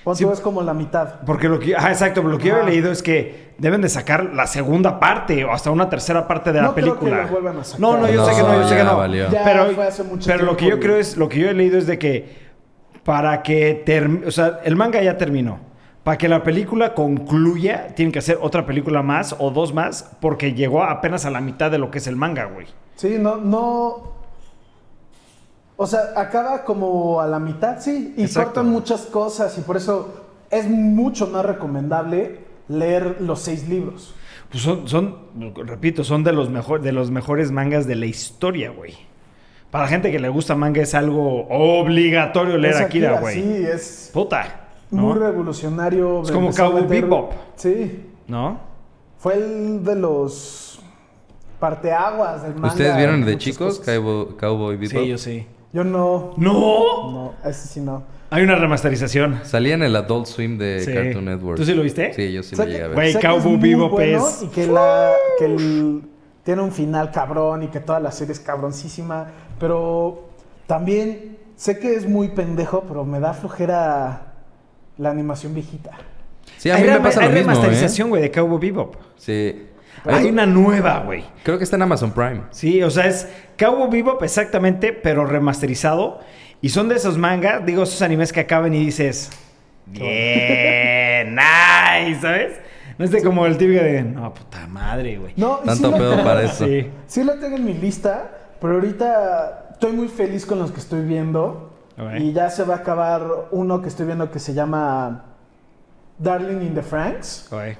Speaker 2: O
Speaker 1: Sí.
Speaker 2: es como la mitad.
Speaker 1: Porque lo que, ah, exacto, pero lo que yo he
Speaker 2: Ajá.
Speaker 1: leído es que deben de sacar la segunda parte o hasta una tercera parte de la
Speaker 2: No creo que
Speaker 1: película.
Speaker 2: la vuelvan a sacar.
Speaker 1: No, no, yo sé que no, yo
Speaker 3: No,
Speaker 1: sé que
Speaker 3: ya
Speaker 1: no.
Speaker 3: valió.
Speaker 2: Ya
Speaker 1: Pero,
Speaker 2: fue hace mucho
Speaker 1: pero lo que
Speaker 2: tiempo
Speaker 1: yo
Speaker 2: y-
Speaker 1: creo es, lo que yo he leído es de que para que termine, o sea, el manga ya terminó. Para que la película concluya, tienen que hacer otra película más o dos más, porque llegó apenas a la mitad de lo que es el manga, güey.
Speaker 2: Sí, no, no. O sea, acaba como a la mitad, sí, y
Speaker 3: Exacto.
Speaker 2: cortan muchas cosas, y por eso es mucho más recomendable leer los seis libros.
Speaker 1: Pues son, son, repito, son de los, mejor, de los mejores mangas de la historia, güey. Para la gente que le gusta manga es algo obligatorio leer
Speaker 2: Es
Speaker 1: Akira,
Speaker 2: Akira,
Speaker 1: güey.
Speaker 2: Sí, es
Speaker 1: Puta. ¿No?
Speaker 2: muy revolucionario.
Speaker 1: Es como
Speaker 2: empezó a
Speaker 1: Cowboy
Speaker 2: meter-
Speaker 1: Bebop.
Speaker 2: Sí,
Speaker 1: ¿No?
Speaker 2: fue el de los parteaguas del manga.
Speaker 3: ¿Ustedes vieron de
Speaker 2: muchas
Speaker 3: chicos
Speaker 2: cosas.
Speaker 3: Cowboy, Cowboy Bebop?
Speaker 1: Sí, yo sí.
Speaker 2: Yo no,
Speaker 1: ¡No!
Speaker 2: no, ese sí no.
Speaker 1: Hay una remasterización.
Speaker 3: Salía en el Adult Swim de
Speaker 1: Sí.
Speaker 3: Cartoon Network.
Speaker 1: ¿Tú sí lo viste?
Speaker 3: Sí, yo sí
Speaker 2: O sea
Speaker 3: lo llegué a ver.
Speaker 1: Güey,
Speaker 2: sé que es
Speaker 1: Cowboy
Speaker 2: muy
Speaker 1: Bebop
Speaker 2: bueno
Speaker 1: es-
Speaker 2: Y que, la, que el- tiene un final cabrón y que toda la serie es cabroncísima. Pero también sé que es muy pendejo, pero me da flojera la animación viejita.
Speaker 3: Sí, a mí
Speaker 1: hay
Speaker 3: me
Speaker 1: rema-
Speaker 3: pasa
Speaker 1: hay
Speaker 3: lo mismo, ¿eh?
Speaker 1: remasterización, güey, de Cowboy Bebop.
Speaker 3: Sí.
Speaker 1: Hay una nueva, güey.
Speaker 3: Creo que está en Amazon Prime.
Speaker 1: Sí, o sea, es Cowboy Bebop exactamente, pero remasterizado. Y son de esos mangas, digo, esos animes que acaban y dices, bien, nice, ¿sabes? No es de como el típico de, no, puta madre, güey.
Speaker 2: No, y
Speaker 3: Tanto
Speaker 2: lo
Speaker 3: pedo
Speaker 2: tengo-
Speaker 3: para eso.
Speaker 1: Sí.
Speaker 2: Sí la tengo en mi lista, pero ahorita estoy muy feliz con los que estoy viendo.
Speaker 1: Ok.
Speaker 2: Y ya se va a acabar uno que estoy viendo que se llama Darling in the Franks.
Speaker 1: Güey,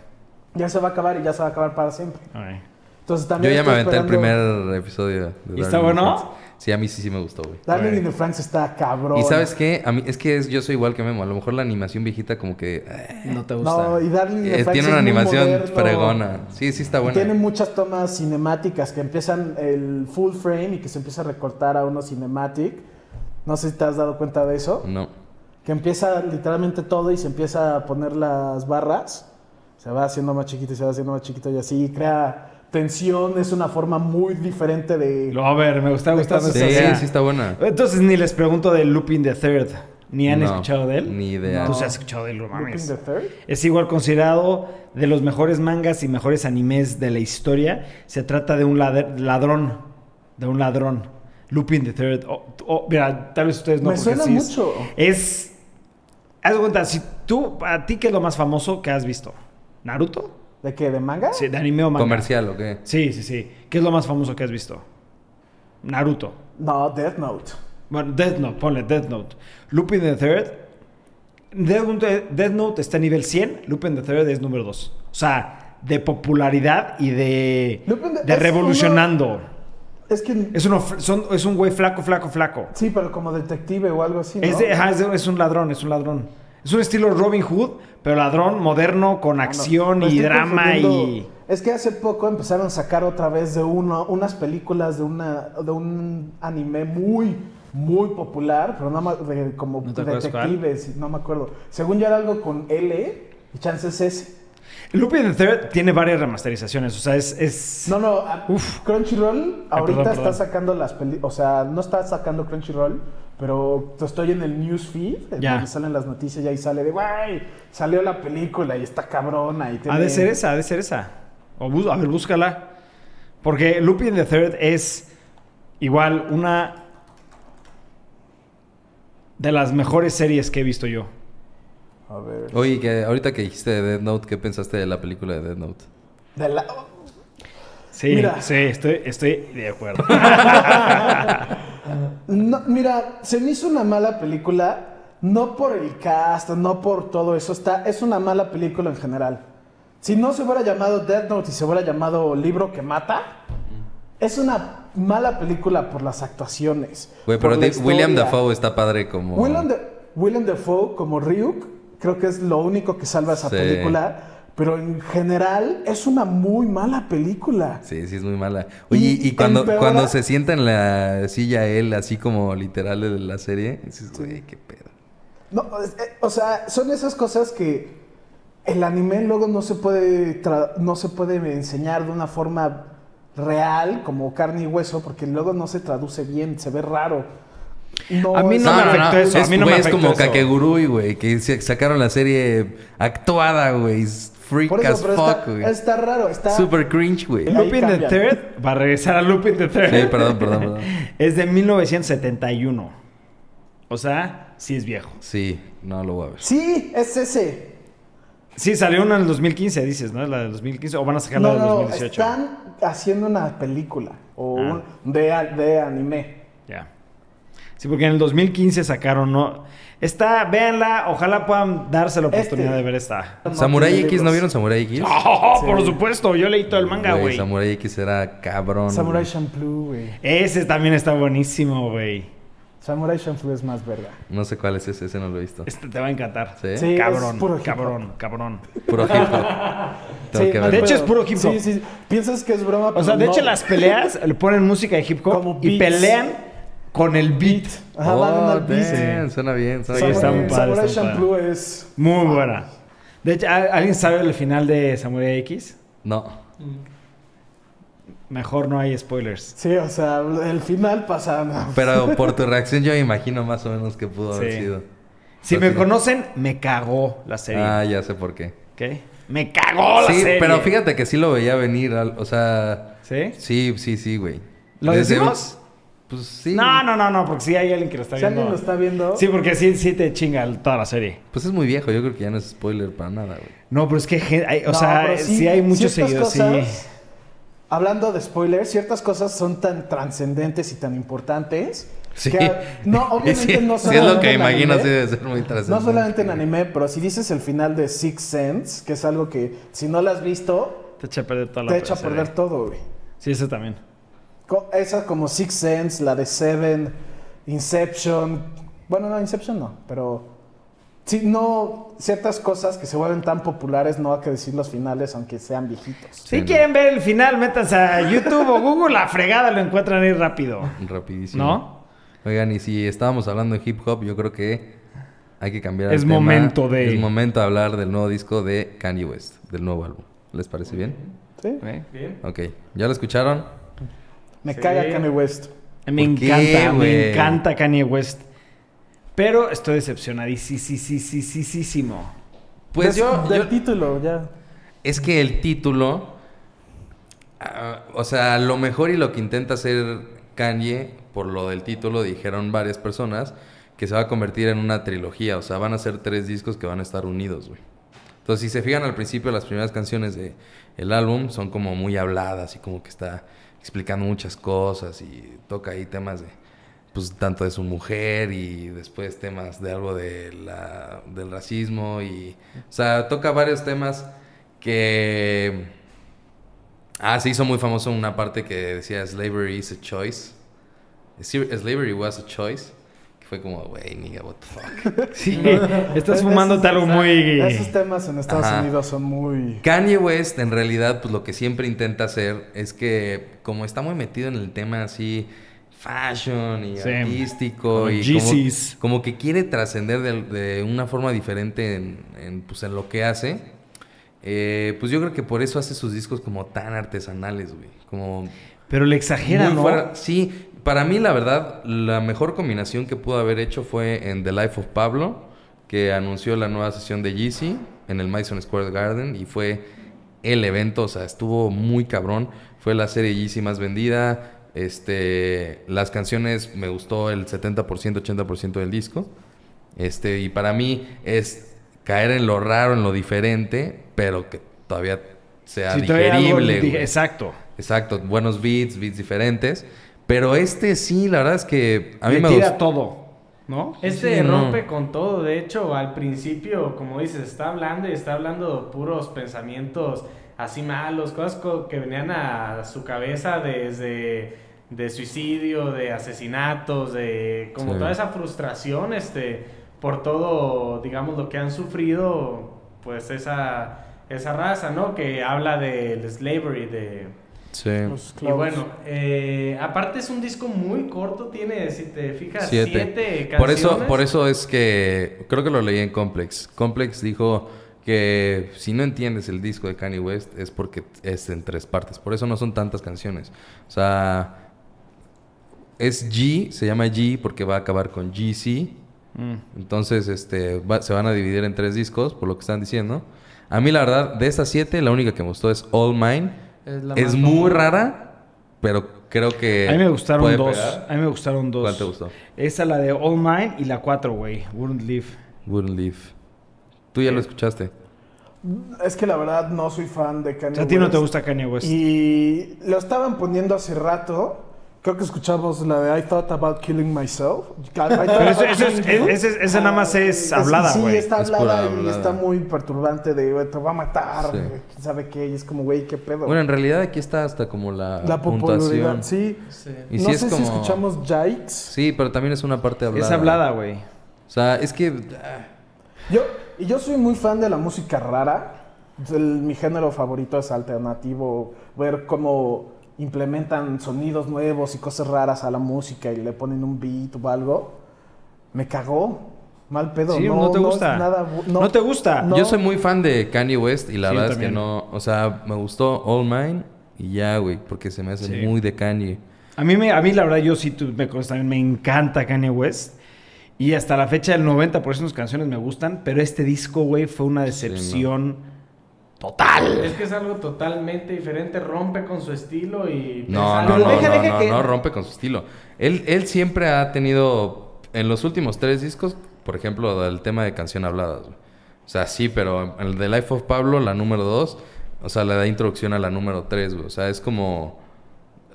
Speaker 2: Ya se va a acabar y ya se va a acabar para siempre.
Speaker 1: güey.
Speaker 2: Entonces
Speaker 3: Yo
Speaker 2: también
Speaker 3: ya me
Speaker 2: estoy
Speaker 3: aventé el
Speaker 2: esperando-
Speaker 3: primer episodio. de
Speaker 1: ¿Y está
Speaker 3: Darling in the
Speaker 1: bueno?
Speaker 3: Franxx. Sí, a mí sí, sí me gustó, güey.
Speaker 2: Darling
Speaker 1: Güey.
Speaker 2: in the Franks está cabrón.
Speaker 3: Y sabes qué, a mí es que es- yo soy igual que Memo. A lo mejor la animación viejita como que eh,
Speaker 1: No te gusta.
Speaker 2: No, y Darling in the
Speaker 3: eh,
Speaker 2: Franxx
Speaker 3: tiene
Speaker 2: es
Speaker 3: una
Speaker 2: muy
Speaker 3: animación
Speaker 2: moderno.
Speaker 3: fregona. Sí, sí está buena.
Speaker 2: Tiene muchas tomas cinemáticas que empiezan el full frame y que se empieza a recortar a uno cinematic. No sé si te has dado cuenta de eso.
Speaker 3: No.
Speaker 2: Que empieza literalmente todo y se empieza a poner las barras. Se va haciendo más chiquito y se va haciendo más chiquito y así crea tensión. Es una forma muy diferente de...
Speaker 1: Lo- A ver, me gusta gustando
Speaker 3: Sí,
Speaker 1: esta idea.
Speaker 3: sí está buena.
Speaker 2: Eh,
Speaker 1: Entonces ni les pregunto de Lupin the Third. ¿Ni han
Speaker 3: No,
Speaker 1: escuchado de él?
Speaker 3: ni idea.
Speaker 1: Tú sí has escuchado de él, no
Speaker 2: Lupin
Speaker 1: mames.
Speaker 2: the Third.
Speaker 1: Es igual considerado de los mejores mangas y mejores animes de la historia. Se trata de un lad- ladrón. De un ladrón. Lupin the Third. O- o- mira, tal vez ustedes Pues no
Speaker 2: Me
Speaker 1: porque
Speaker 2: suena
Speaker 1: sí es-
Speaker 2: mucho.
Speaker 1: Es. Haz de cuenta, si tú. ¿A ti qué es lo más famoso que has visto? ¿Naruto?
Speaker 2: ¿De qué? ¿De manga?
Speaker 1: Sí, ¿De anime o manga?
Speaker 3: Comercial, ¿o qué?
Speaker 1: Sí, sí, sí. ¿Qué es lo más famoso que has visto? Naruto.
Speaker 2: No, Death Note.
Speaker 1: Bueno, Death Note, ponle Death Note. Lupin the Third. Death Note, Death Note está a nivel 100, Lupin the Third es número 2. O sea, de popularidad y de.
Speaker 2: Lupin the-
Speaker 1: de
Speaker 2: es
Speaker 1: revolucionando.
Speaker 2: Es que...
Speaker 1: Es, uno, fr- son- es un güey flaco, flaco, flaco.
Speaker 2: Sí, pero como detective o algo así, ¿no?
Speaker 1: Es, de- ajá, es de- es un ladrón, es un ladrón. Es un estilo Robin Hood, pero ladrón moderno con
Speaker 2: No,
Speaker 1: acción
Speaker 2: me
Speaker 1: y
Speaker 2: pues estoy
Speaker 1: drama y.
Speaker 2: confundiendo. Es que hace poco empezaron a sacar otra vez de uno unas películas de una de un anime muy muy popular, pero no ma- de- como
Speaker 1: ¿No te acuerdas
Speaker 2: detectives, no me acuerdo. Según yo era algo con L y chances ese.
Speaker 1: Lupin the Third tiene varias remasterizaciones. O sea, es. es-
Speaker 2: No, no, a-
Speaker 1: Uf.
Speaker 2: Crunchyroll
Speaker 1: Ay,
Speaker 2: ahorita
Speaker 1: perdón,
Speaker 2: está
Speaker 1: perdón.
Speaker 2: sacando las películas, o sea, no está sacando Crunchyroll, pero estoy en el news feed, en
Speaker 1: Ya.
Speaker 2: donde salen las noticias y ahí sale de, "Güey, salió la película y está cabrona y
Speaker 1: Ha de
Speaker 2: tiene-
Speaker 1: ser esa, ha de ser esa. O bus- a ver, búscala. Porque Lupin the Third es igual una de las mejores series que he visto yo.
Speaker 2: A ver.
Speaker 3: Oye, que ahorita que dijiste de Dead Note, ¿qué pensaste de la película de Dead Note?
Speaker 2: De la-
Speaker 1: Sí,
Speaker 2: Mira.
Speaker 1: sí, estoy, estoy de acuerdo.
Speaker 2: No, mira, se me hizo una mala película, no por el cast, no por todo eso, está, es una mala película en general. Si no se hubiera llamado Death Note y se hubiera llamado Libro que Mata, es una mala película por las actuaciones.
Speaker 3: Güey,
Speaker 2: por
Speaker 3: pero
Speaker 2: la
Speaker 3: di- William
Speaker 2: historia.
Speaker 3: Dafoe está padre como...
Speaker 2: Willem, Da- Willem Dafoe como Ryuk, creo que es lo único que salva esa
Speaker 3: Sí.
Speaker 2: película, pero en general es una muy mala película.
Speaker 3: Sí, sí, es muy mala. Oye, y,
Speaker 2: Y
Speaker 3: cuando,
Speaker 2: empeora-
Speaker 3: cuando se sienta en la silla él, así como literal de la serie, dices, güey, qué pedo.
Speaker 2: No, es- eh, o sea, son esas cosas que el anime luego no se puede tra- no se puede enseñar de una forma real como carne y hueso porque luego no se traduce bien, se ve raro. No,
Speaker 1: A mí
Speaker 2: es-
Speaker 1: no me afectó eso, a
Speaker 3: Es,
Speaker 1: mí no me
Speaker 3: güey, es
Speaker 1: afectó
Speaker 3: como
Speaker 1: eso.
Speaker 3: Kakegurui, güey, que se- sacaron la serie actuada, güey. es Freak
Speaker 2: Por
Speaker 3: as
Speaker 2: eso, pero
Speaker 3: fuck, güey.
Speaker 2: está, está raro, está
Speaker 3: Super cringe, güey.
Speaker 2: Ahí
Speaker 1: Lupin the
Speaker 2: cambian.
Speaker 1: Third va a regresar a Lupin the Third.
Speaker 3: Sí, perdón, perdón, perdón.
Speaker 1: Es de 1971. O sea, sí es viejo.
Speaker 3: Sí, no lo voy a ver.
Speaker 2: Sí, es ese.
Speaker 1: Sí, salió una en el 2015, dices, ¿no? La del 2015. O van a sacar la
Speaker 2: No,
Speaker 1: del
Speaker 2: no,
Speaker 1: 2018.
Speaker 2: están haciendo una película. o
Speaker 1: Ah.
Speaker 2: un de, a- de anime.
Speaker 1: Ya. Sí, porque en el 2015 sacaron, ¿no? Está, véanla, ojalá puedan darse la oportunidad
Speaker 2: Este.
Speaker 1: de ver esta.
Speaker 2: No
Speaker 3: Samurai
Speaker 2: tiene
Speaker 3: X, ¿no
Speaker 2: libros.
Speaker 3: vieron Samurai X?
Speaker 1: ¡Oh,
Speaker 2: Sí.
Speaker 1: por supuesto! Yo leí todo el manga, güey.
Speaker 3: Samurai X era cabrón.
Speaker 2: Samurai
Speaker 3: güey.
Speaker 2: Champloo, güey.
Speaker 1: Ese también está buenísimo, güey.
Speaker 2: Samurai Champloo es más verga.
Speaker 3: No sé cuál es ese, ese no lo he visto.
Speaker 1: Este te va a encantar.
Speaker 3: ¿Sí?
Speaker 2: Sí. es
Speaker 1: Cabrón,
Speaker 2: puro hip hop.
Speaker 1: cabrón, cabrón.
Speaker 3: Puro hip hop. Tengo
Speaker 2: Sí,
Speaker 3: que
Speaker 2: no hay
Speaker 1: De
Speaker 3: verlo.
Speaker 1: hecho, es
Speaker 2: pedo.
Speaker 1: puro hip hop.
Speaker 2: Sí, sí. Piensas que es broma,
Speaker 1: O sea,
Speaker 2: pero
Speaker 1: de
Speaker 2: no.
Speaker 1: hecho, las peleas le ponen música de hip hop
Speaker 2: Como
Speaker 1: y
Speaker 2: beats.
Speaker 1: pelean con el beat.
Speaker 2: Ajá, van al
Speaker 3: Oh,
Speaker 2: piso.
Speaker 3: damn, Suena bien, suena
Speaker 1: Sí,
Speaker 3: bien.
Speaker 1: está muy padre,
Speaker 2: Samurai, Samurai
Speaker 1: está muy padre.
Speaker 2: Champloo es...
Speaker 1: Muy buena. De hecho, ¿al- ¿alguien sabe el final de Samurai X?
Speaker 3: No.
Speaker 1: Mejor no hay spoilers.
Speaker 2: Sí, o sea, el final pasa... no.
Speaker 3: Pero por tu reacción yo me imagino más o menos que pudo haber
Speaker 1: Sí.
Speaker 3: sido.
Speaker 1: Si
Speaker 3: Pero
Speaker 1: me
Speaker 3: Pues sí.
Speaker 1: conocen, me cagó la serie.
Speaker 3: Ah, ya sé por qué.
Speaker 1: ¿Ok? Me cagó Oh, la
Speaker 3: sí,
Speaker 1: serie.
Speaker 3: pero fíjate que sí lo veía venir. al- O sea,
Speaker 1: ¿Sí?
Speaker 3: sí, sí, sí, güey.
Speaker 1: ¿Lo
Speaker 3: Desde-
Speaker 1: decimos?
Speaker 3: Pues sí.
Speaker 1: No, no, no, no, porque sí hay alguien que lo está
Speaker 2: Si
Speaker 1: viendo.
Speaker 2: alguien lo está viendo...
Speaker 1: Sí, porque sí, sí te chinga el- toda la serie.
Speaker 3: Pues es muy viejo, yo creo que ya no es spoiler para nada, güey.
Speaker 1: No, pero es que, gen- hay- o
Speaker 2: No,
Speaker 1: sea,
Speaker 2: pero
Speaker 1: sí, hay muchos
Speaker 2: ciertas
Speaker 1: seguidores,
Speaker 2: cosas,
Speaker 1: sí.
Speaker 2: Hablando de spoilers, ciertas cosas son tan trascendentes y tan importantes.
Speaker 3: Sí.
Speaker 2: que a- no, obviamente
Speaker 3: Sí,
Speaker 2: no
Speaker 3: sí es lo
Speaker 2: solamente
Speaker 3: que
Speaker 2: en
Speaker 3: imagino,
Speaker 2: anime,
Speaker 3: sí debe ser muy
Speaker 2: No
Speaker 3: trascendente.
Speaker 2: solamente en anime, pero si dices el final de Six Sense, que es algo que si no lo has visto,
Speaker 1: Te echa a perder toda la
Speaker 2: te echa a
Speaker 1: serie.
Speaker 2: perder todo, güey.
Speaker 1: Sí, eso también.
Speaker 2: Co- Esa como Six Sense, la de Seven, Inception. Bueno, no, Inception no, pero. Sí, no. Ciertas cosas que se vuelven tan populares, no hay que decir los finales, aunque sean viejitos.
Speaker 1: Si
Speaker 3: Sí,
Speaker 1: quieren ver el final, métanse a YouTube o Google, la fregada lo encuentran ahí rápido.
Speaker 3: Rapidísimo.
Speaker 1: ¿No?
Speaker 3: Oigan, y si estábamos hablando de hip hop, yo creo que hay que cambiar
Speaker 1: Es
Speaker 3: el tema.
Speaker 1: momento de-
Speaker 3: Es momento de hablar del nuevo disco de Kanye West, del nuevo álbum. ¿Les parece bien?
Speaker 2: ¿Sí?
Speaker 4: Bien.
Speaker 3: Ok. ¿Ya lo escucharon?
Speaker 2: Me
Speaker 4: Sí.
Speaker 2: caga Kanye West.
Speaker 1: Me
Speaker 3: ¿Por qué,
Speaker 1: encanta, me
Speaker 3: güey?
Speaker 1: encanta Kanye West. Pero estoy decepcionadísimo.
Speaker 3: Pues
Speaker 2: Des-
Speaker 3: yo,
Speaker 2: Del
Speaker 3: yo-
Speaker 2: título, ya.
Speaker 3: Es que el título... ah, o sea, lo mejor y lo que intenta hacer Kanye, por lo del título, dijeron varias personas, que se va a convertir en una trilogía. O sea, van a ser tres discos que van a estar unidos, güey. Entonces, si se fijan al principio, las primeras canciones de el álbum son como muy habladas y como que está explicando muchas cosas y toca ahí temas de, pues, tanto de su mujer y después temas de algo de la, del racismo y, o sea, toca varios temas que... Ah, se hizo muy famoso una parte que decía slavery is a choice. Sir- Slavery was a choice. Que fue como, güey, nigga, what the fuck.
Speaker 1: Sí, estás fumándote algo muy...
Speaker 2: Esos temas en Estados
Speaker 3: Ajá.
Speaker 2: Unidos son muy.
Speaker 3: Kanye West en realidad pues lo que siempre intenta hacer es que como está muy metido en el tema así fashion y
Speaker 1: Sí.
Speaker 3: artístico
Speaker 1: Como
Speaker 3: y como-
Speaker 1: Yeezys.
Speaker 3: como, que quiere trascender de, de una forma diferente en, en, pues, en lo que hace, eh, pues yo creo que por eso hace sus discos como tan artesanales, güey. Como
Speaker 1: Pero le exagera,
Speaker 3: muy
Speaker 1: ¿no?
Speaker 3: fuera- Sí, para mí la verdad, la mejor combinación que pudo haber hecho fue en The Life of Pablo, que anunció la nueva sesión de Yeezy en el Madison Square Garden y fue el evento, o sea, estuvo muy cabrón. Fue la serie Yeezy más vendida. Este, las canciones me gustó el 70%, 80% del disco. Este, y para mí es caer en lo raro, en lo diferente, pero que todavía sea
Speaker 1: Si todavía algo
Speaker 3: digerible.
Speaker 1: di-
Speaker 3: güey.
Speaker 1: Exacto.
Speaker 3: Exacto, buenos beats, beats diferentes. Pero este sí, la verdad es que a mí
Speaker 1: le
Speaker 3: me
Speaker 1: tira
Speaker 3: gustó.
Speaker 1: todo, ¿no?
Speaker 4: Este
Speaker 3: Sí, no.
Speaker 4: rompe con todo, de hecho, al principio, como dices, está hablando y está hablando puros pensamientos así malos, cosas co- que venían a su cabeza desde de suicidio, de asesinatos, de como
Speaker 3: Sí.
Speaker 4: toda esa frustración, este, por todo, digamos, lo que han sufrido, pues esa, esa raza, ¿no? Que habla del slavery, de,
Speaker 3: Sí.
Speaker 2: Los
Speaker 4: y
Speaker 2: clavos.
Speaker 4: bueno, eh, aparte es un disco muy corto, tiene, si te fijas, siete,
Speaker 3: Siete.
Speaker 4: canciones.
Speaker 3: Por eso, por eso es que creo que lo leí en Complex. Complex dijo que si no entiendes el disco de Kanye West es porque es en tres partes. Por eso no son tantas canciones. O sea, es G, se llama G porque va a acabar con GC,
Speaker 1: Mm.
Speaker 3: Entonces, este, va- se van a dividir en tres discos, por lo que están diciendo. A mí, la verdad, de esas siete, la única que me gustó es All Mine.
Speaker 4: Es la
Speaker 3: Es
Speaker 4: más
Speaker 3: muy
Speaker 4: famosa.
Speaker 3: rara, pero creo que.
Speaker 1: A mí me gustaron
Speaker 3: Eh, puede
Speaker 1: dos.
Speaker 3: pegar.
Speaker 1: A mí me gustaron dos.
Speaker 3: ¿Cuál te gustó?
Speaker 1: Esa, la de All Mine y la 4, güey. Wouldn't Leave.
Speaker 3: Wouldn't Leave. Tú ya lo escuchaste.
Speaker 2: Es que la verdad no soy fan de Kanye
Speaker 1: O sea, a ti no te
Speaker 2: West.
Speaker 1: gusta Kanye West.
Speaker 2: Y lo estaban poniendo hace rato. Creo que escuchamos la de I Thought About Killing Myself.
Speaker 1: Pero eso, eso es, es- es- esa nada más es hablada,
Speaker 2: Ah, sí,
Speaker 1: güey.
Speaker 2: está
Speaker 3: Es
Speaker 2: hablada
Speaker 3: pura
Speaker 2: y
Speaker 3: hablada.
Speaker 2: está muy perturbante de güey, te va a matar,
Speaker 3: Sí.
Speaker 2: güey, quién sabe qué. Y es como, güey, qué pedo.
Speaker 3: Bueno, en realidad aquí está hasta como la,
Speaker 2: la popularidad,
Speaker 3: puntuación.
Speaker 2: sí.
Speaker 4: Sí.
Speaker 3: Y
Speaker 2: no
Speaker 3: sí es
Speaker 2: sé si
Speaker 3: como-
Speaker 2: escuchamos Yikes.
Speaker 3: Sí, pero también es una parte hablada.
Speaker 1: Es hablada, güey.
Speaker 3: O sea, es que... ah,
Speaker 2: Yo, y yo soy muy fan de la música rara. El- mi género favorito es alternativo. Ver cómo implementan sonidos nuevos y cosas raras a la música y le ponen un beat o algo. Me cagó. Mal pedo.
Speaker 1: Sí, no, te
Speaker 2: es
Speaker 1: gusta.
Speaker 2: nada bu-
Speaker 1: no, te gusta.
Speaker 2: No.
Speaker 3: Yo soy muy fan de Kanye West y la
Speaker 1: Sí, yo
Speaker 3: verdad es que
Speaker 1: también.
Speaker 3: no... O sea, me gustó All Mine y ya, güey, porque se me hace
Speaker 1: Sí.
Speaker 3: muy de Kanye.
Speaker 1: A mí, me, a mí la verdad, yo sí tú- me, consta, me encanta Kanye West. Y hasta la fecha, el 90% de sus canciones me gustan. Pero este disco, güey, fue una decepción total.
Speaker 4: Es que es algo totalmente diferente, rompe con su estilo y...
Speaker 3: No,
Speaker 4: es
Speaker 3: no,
Speaker 4: algo-
Speaker 3: no,
Speaker 4: Deja-
Speaker 3: no,
Speaker 4: deja
Speaker 3: no,
Speaker 4: que-
Speaker 3: no rompe con su estilo. Él, él siempre ha tenido, en los últimos tres discos, por ejemplo, el tema de canción hablada. güey. O sea, sí, pero el de Life of Pablo, la número dos, o sea, le da introducción a la número tres, güey. O sea, es como...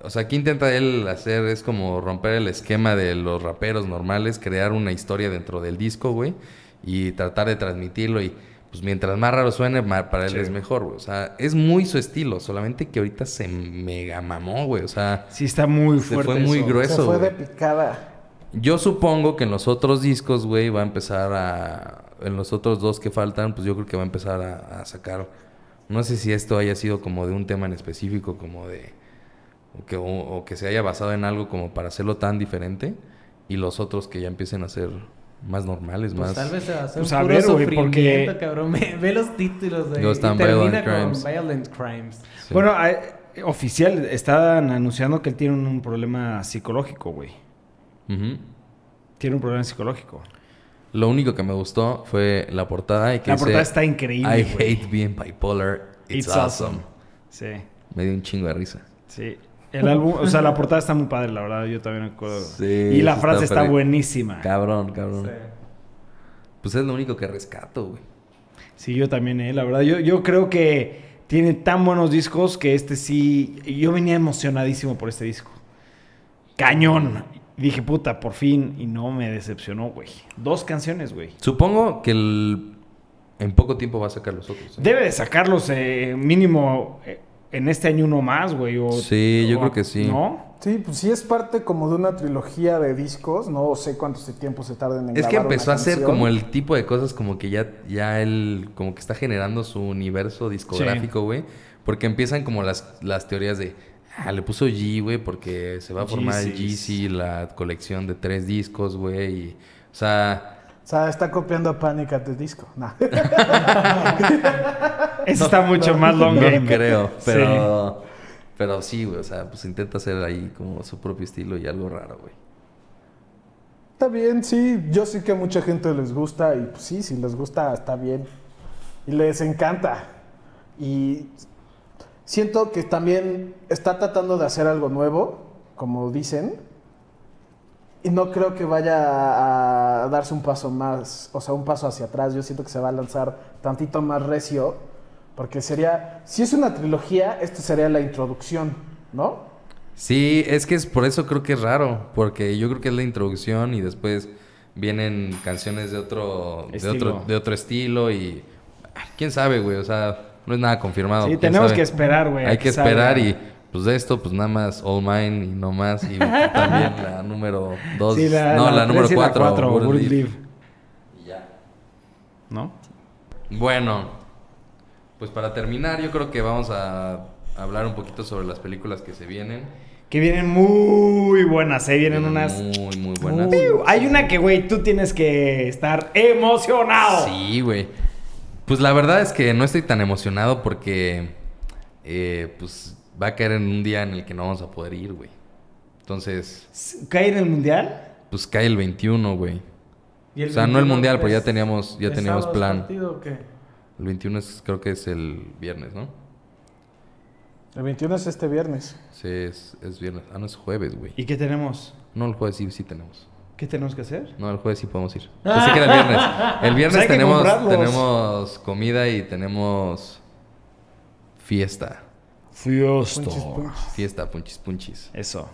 Speaker 3: O sea, ¿qué intenta él hacer? Es como romper el esquema de los raperos normales, crear una historia dentro del disco, güey, y tratar de transmitirlo. Y pues mientras más raro suene, ma- para él es mejor, güey. O sea, es muy su estilo, solamente que ahorita se mega mamó, güey. O sea,
Speaker 1: Sí, está muy
Speaker 3: Se
Speaker 1: fuerte.
Speaker 3: fue muy
Speaker 1: eso.
Speaker 3: grueso.
Speaker 2: Se
Speaker 3: eso,
Speaker 2: fue
Speaker 3: güey.
Speaker 2: de picada.
Speaker 3: yo supongo que en los otros discos, güey, va a empezar a. En los otros dos que faltan, pues yo creo que va a empezar a, a sacar. No sé si esto haya sido como de un tema en específico, como de. O que, o- o que se haya basado en algo como para hacerlo tan diferente. Y los otros que ya empiecen a ser más normales,
Speaker 4: Pues
Speaker 3: más.
Speaker 4: tal vez se va a hacer
Speaker 1: Pues,
Speaker 4: un
Speaker 1: a
Speaker 4: puro
Speaker 1: ver, güey,
Speaker 4: sufrimiento,
Speaker 1: porque-
Speaker 4: cabrón. Ve, ve los títulos de...
Speaker 3: Luego
Speaker 4: Y
Speaker 3: están
Speaker 4: termina
Speaker 3: Violent
Speaker 4: con
Speaker 3: Crimes.
Speaker 4: Violent Crimes.
Speaker 3: Sí.
Speaker 1: Bueno, a- eh, oficial, están anunciando que él tiene un, un problema psicológico, güey.
Speaker 3: Ujú.
Speaker 1: Tiene un problema psicológico.
Speaker 3: Lo único que me gustó fue la portada. Y que
Speaker 1: La
Speaker 3: dice,
Speaker 1: portada está increíble,
Speaker 3: I
Speaker 1: güey.
Speaker 3: hate being bipolar. It's,
Speaker 1: It's awesome".
Speaker 3: awesome.
Speaker 1: Sí,
Speaker 3: Me dio un chingo de risa.
Speaker 1: sí. El álbum, o sea, la portada está muy padre, la verdad, yo también me acuerdo.
Speaker 3: Sí,
Speaker 1: y la
Speaker 3: sí
Speaker 1: frase
Speaker 3: está
Speaker 1: está,
Speaker 3: padre.
Speaker 1: buenísima.
Speaker 3: Cabrón, cabrón.
Speaker 4: Sí.
Speaker 3: Pues es lo único que rescato, güey.
Speaker 1: Sí, yo también, eh, la verdad. Yo, yo creo que tiene tan buenos discos que este sí. Yo venía emocionadísimo por este disco. Cañón. Dije, puta, por fin. Y no me decepcionó, güey. Dos canciones, güey.
Speaker 3: Supongo que el- en poco tiempo va a sacar los otros. ¿eh?
Speaker 1: Debe de sacarlos eh, mínimo eh, en este año uno más, güey. o-
Speaker 3: Sí, yo
Speaker 1: o-
Speaker 3: creo que sí.
Speaker 1: ¿No?
Speaker 2: Sí, pues sí es parte como de una trilogía de discos. No sé cuánto tiempo se tarden en
Speaker 3: Es que
Speaker 2: grabar una
Speaker 3: empezó a hacer
Speaker 2: canción.
Speaker 3: como el tipo de cosas como que ya, ya él, como que está generando su universo discográfico, güey. Porque empiezan como las, las teorías de, ah, le puso G, güey, porque se va a formar
Speaker 1: Yeezys.
Speaker 3: GC, la colección de tres discos, güey. y, O sea,
Speaker 2: O sea, está copiando a Panic at the Disco. Nah.
Speaker 1: Ese está mucho más long
Speaker 3: no
Speaker 1: game.
Speaker 3: creo,
Speaker 1: Sí.
Speaker 3: pero... Pero sí, güey, o sea, pues intenta hacer ahí como su propio estilo y algo raro, güey.
Speaker 2: Está bien, sí. Yo sé que a mucha gente les gusta y pues, sí, si les gusta, está bien. Y les encanta. Y siento que también está tratando de hacer algo nuevo, como dicen. Y no creo que vaya a darse un paso más, o sea, un paso hacia atrás. Yo siento que se va a lanzar tantito más recio. Porque sería, si es una trilogía, esto sería la introducción, ¿no?
Speaker 3: Sí, es que es por eso creo que es raro, porque yo creo que es la introducción y después vienen canciones de otro de
Speaker 1: Estilo.
Speaker 3: otro de otro estilo y ah, quién sabe, güey, o sea, no es nada confirmado.
Speaker 1: Sí,
Speaker 3: quién
Speaker 1: tenemos
Speaker 3: sabe.
Speaker 1: que esperar, güey. a
Speaker 3: Hay que
Speaker 1: salga.
Speaker 3: esperar y pues de esto pues nada más All Mine y no más y también la número 2,
Speaker 1: Sí, la-
Speaker 3: no, la,
Speaker 1: la
Speaker 3: número
Speaker 1: tres y la
Speaker 3: 4,
Speaker 1: cuatro, Burn Leaf.
Speaker 3: Y ya.
Speaker 1: ¿No?
Speaker 3: Bueno, pues para terminar, yo creo que vamos a hablar un poquito sobre las películas que se vienen.
Speaker 1: Que vienen muy buenas, ¿eh? Vienen unas.
Speaker 3: muy muy buenas.
Speaker 1: ¡Piu! Hay una que, güey, tú tienes que estar emocionado.
Speaker 3: Sí, güey. Pues la verdad es que no estoy tan emocionado porque eh, pues va a caer en un día en el que no vamos a poder ir, güey. Entonces,
Speaker 1: ¿Cae en el mundial?
Speaker 3: pues cae el 21, güey.
Speaker 4: Y
Speaker 3: O sea, no el
Speaker 4: 21
Speaker 3: mundial, pero
Speaker 4: es-
Speaker 3: ya teníamos, ya
Speaker 4: es
Speaker 3: teníamos
Speaker 4: sábado,
Speaker 3: plan.
Speaker 4: ¿es partido o qué?
Speaker 3: El 21 es, creo que es el viernes, ¿no?
Speaker 2: El 21 es este viernes.
Speaker 3: Sí, es, es viernes. Ah, no, es jueves, güey.
Speaker 1: ¿Y qué tenemos?
Speaker 3: No, el jueves sí, sí tenemos.
Speaker 5: ¿Qué tenemos que hacer?
Speaker 3: No, el jueves sí podemos ir. Pensé que era el viernes. El
Speaker 1: Ah.
Speaker 3: viernes
Speaker 1: Pues hay que
Speaker 3: tenemos,
Speaker 1: comprarlos.
Speaker 3: tenemos comida y tenemos fiesta.
Speaker 2: Punchis, punchis.
Speaker 3: Fiesta, punchis, punchis.
Speaker 1: Eso.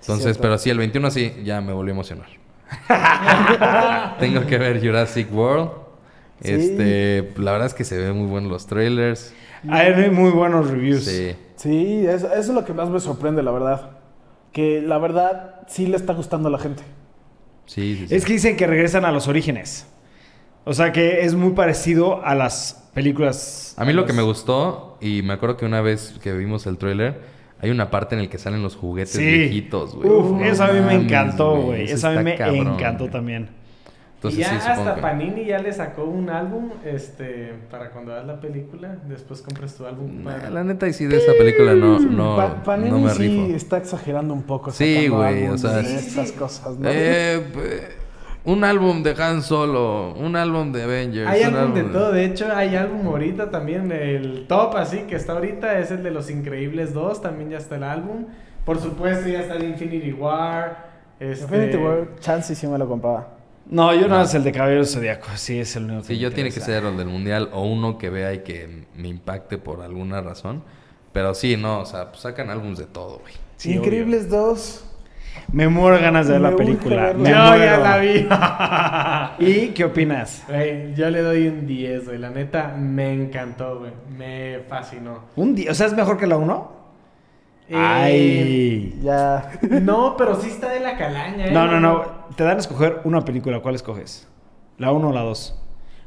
Speaker 3: Entonces,
Speaker 2: cierto.
Speaker 3: pero sí, el 21 sí, ya me volvió a emocionar. Tengo que ver Jurassic World.
Speaker 2: Sí.
Speaker 3: Este, la verdad es que se ven muy buenos los trailers.
Speaker 1: Hay muy buenos reviews.
Speaker 3: Sí.
Speaker 2: Sí, eso, eso es lo que más me sorprende, la verdad. Que la verdad sí le está gustando a la gente.
Speaker 3: Sí, sí, sí.
Speaker 1: Es que dicen que regresan a los orígenes. O sea que es muy parecido a las películas.
Speaker 3: A mí lo que me gustó, y me acuerdo que una vez que vimos el tráiler, hay una parte en el que salen los juguetes
Speaker 1: Sí.
Speaker 3: viejitos, güey.
Speaker 1: Uf,
Speaker 3: No
Speaker 1: eso a mí me
Speaker 3: mames,
Speaker 1: encantó, güey.
Speaker 3: Eso
Speaker 1: Eso a mí
Speaker 3: está
Speaker 1: me
Speaker 3: cabrón,
Speaker 1: encantó
Speaker 3: güey.
Speaker 1: también.
Speaker 3: Entonces,
Speaker 4: y ya
Speaker 3: sí,
Speaker 4: hasta
Speaker 3: supongo que-
Speaker 4: Panini ya le sacó un álbum este, para cuando hagas la película. Después compras tu álbum.
Speaker 3: Nah,
Speaker 4: para-
Speaker 3: la neta, y sí, de esa película no,
Speaker 1: Mm,
Speaker 3: no,
Speaker 2: Pa- Panini
Speaker 3: no me
Speaker 2: sí
Speaker 3: rifo.
Speaker 2: está exagerando un poco.
Speaker 3: Sí,
Speaker 2: sacando
Speaker 3: güey, o
Speaker 2: álbumes
Speaker 3: sea,
Speaker 2: de
Speaker 3: sí,
Speaker 4: sí,
Speaker 2: estas
Speaker 4: sí.
Speaker 2: cosas, ¿no?
Speaker 3: Eh, p- un álbum de Han Solo, un álbum de Avengers.
Speaker 4: Hay
Speaker 3: un
Speaker 4: álbum de
Speaker 3: álbum
Speaker 4: todo, de hecho hay álbum ahorita también, el top así que está ahorita es el de Los Increíbles 2, también ya está el álbum. Por supuesto ya está el Infinity War. Este...
Speaker 2: Infinity War, chance sí me lo compraba.
Speaker 1: No, yo no, es el de Caballero Zodíaco. Sí, es el único.
Speaker 3: Ah. Sí,
Speaker 1: me
Speaker 3: yo tiene que
Speaker 1: interesa.
Speaker 3: ser el del mundial o uno que vea y que me impacte por alguna razón. Pero sí, no, o sea, pues sacan álbums de todo, güey.
Speaker 1: Sí,
Speaker 2: Increíbles 2.
Speaker 1: obvio. Me muero ganas de ver
Speaker 2: Me
Speaker 1: la
Speaker 2: urge
Speaker 1: película.
Speaker 2: verla.
Speaker 1: Me
Speaker 4: Yo ya
Speaker 1: muero.
Speaker 4: la vi.
Speaker 1: ¿Y qué opinas?
Speaker 4: Güey, yo le doy un 10, güey. La neta me encantó, güey. Me fascinó.
Speaker 1: Un día, o sea, es mejor que la 1?
Speaker 4: Eh,
Speaker 1: Ay.
Speaker 2: Ya.
Speaker 4: No, pero sí está de la calaña, ¿eh?
Speaker 1: No, no, no. Te dan a escoger una película, ¿cuál escoges? ¿La 1 o la 2?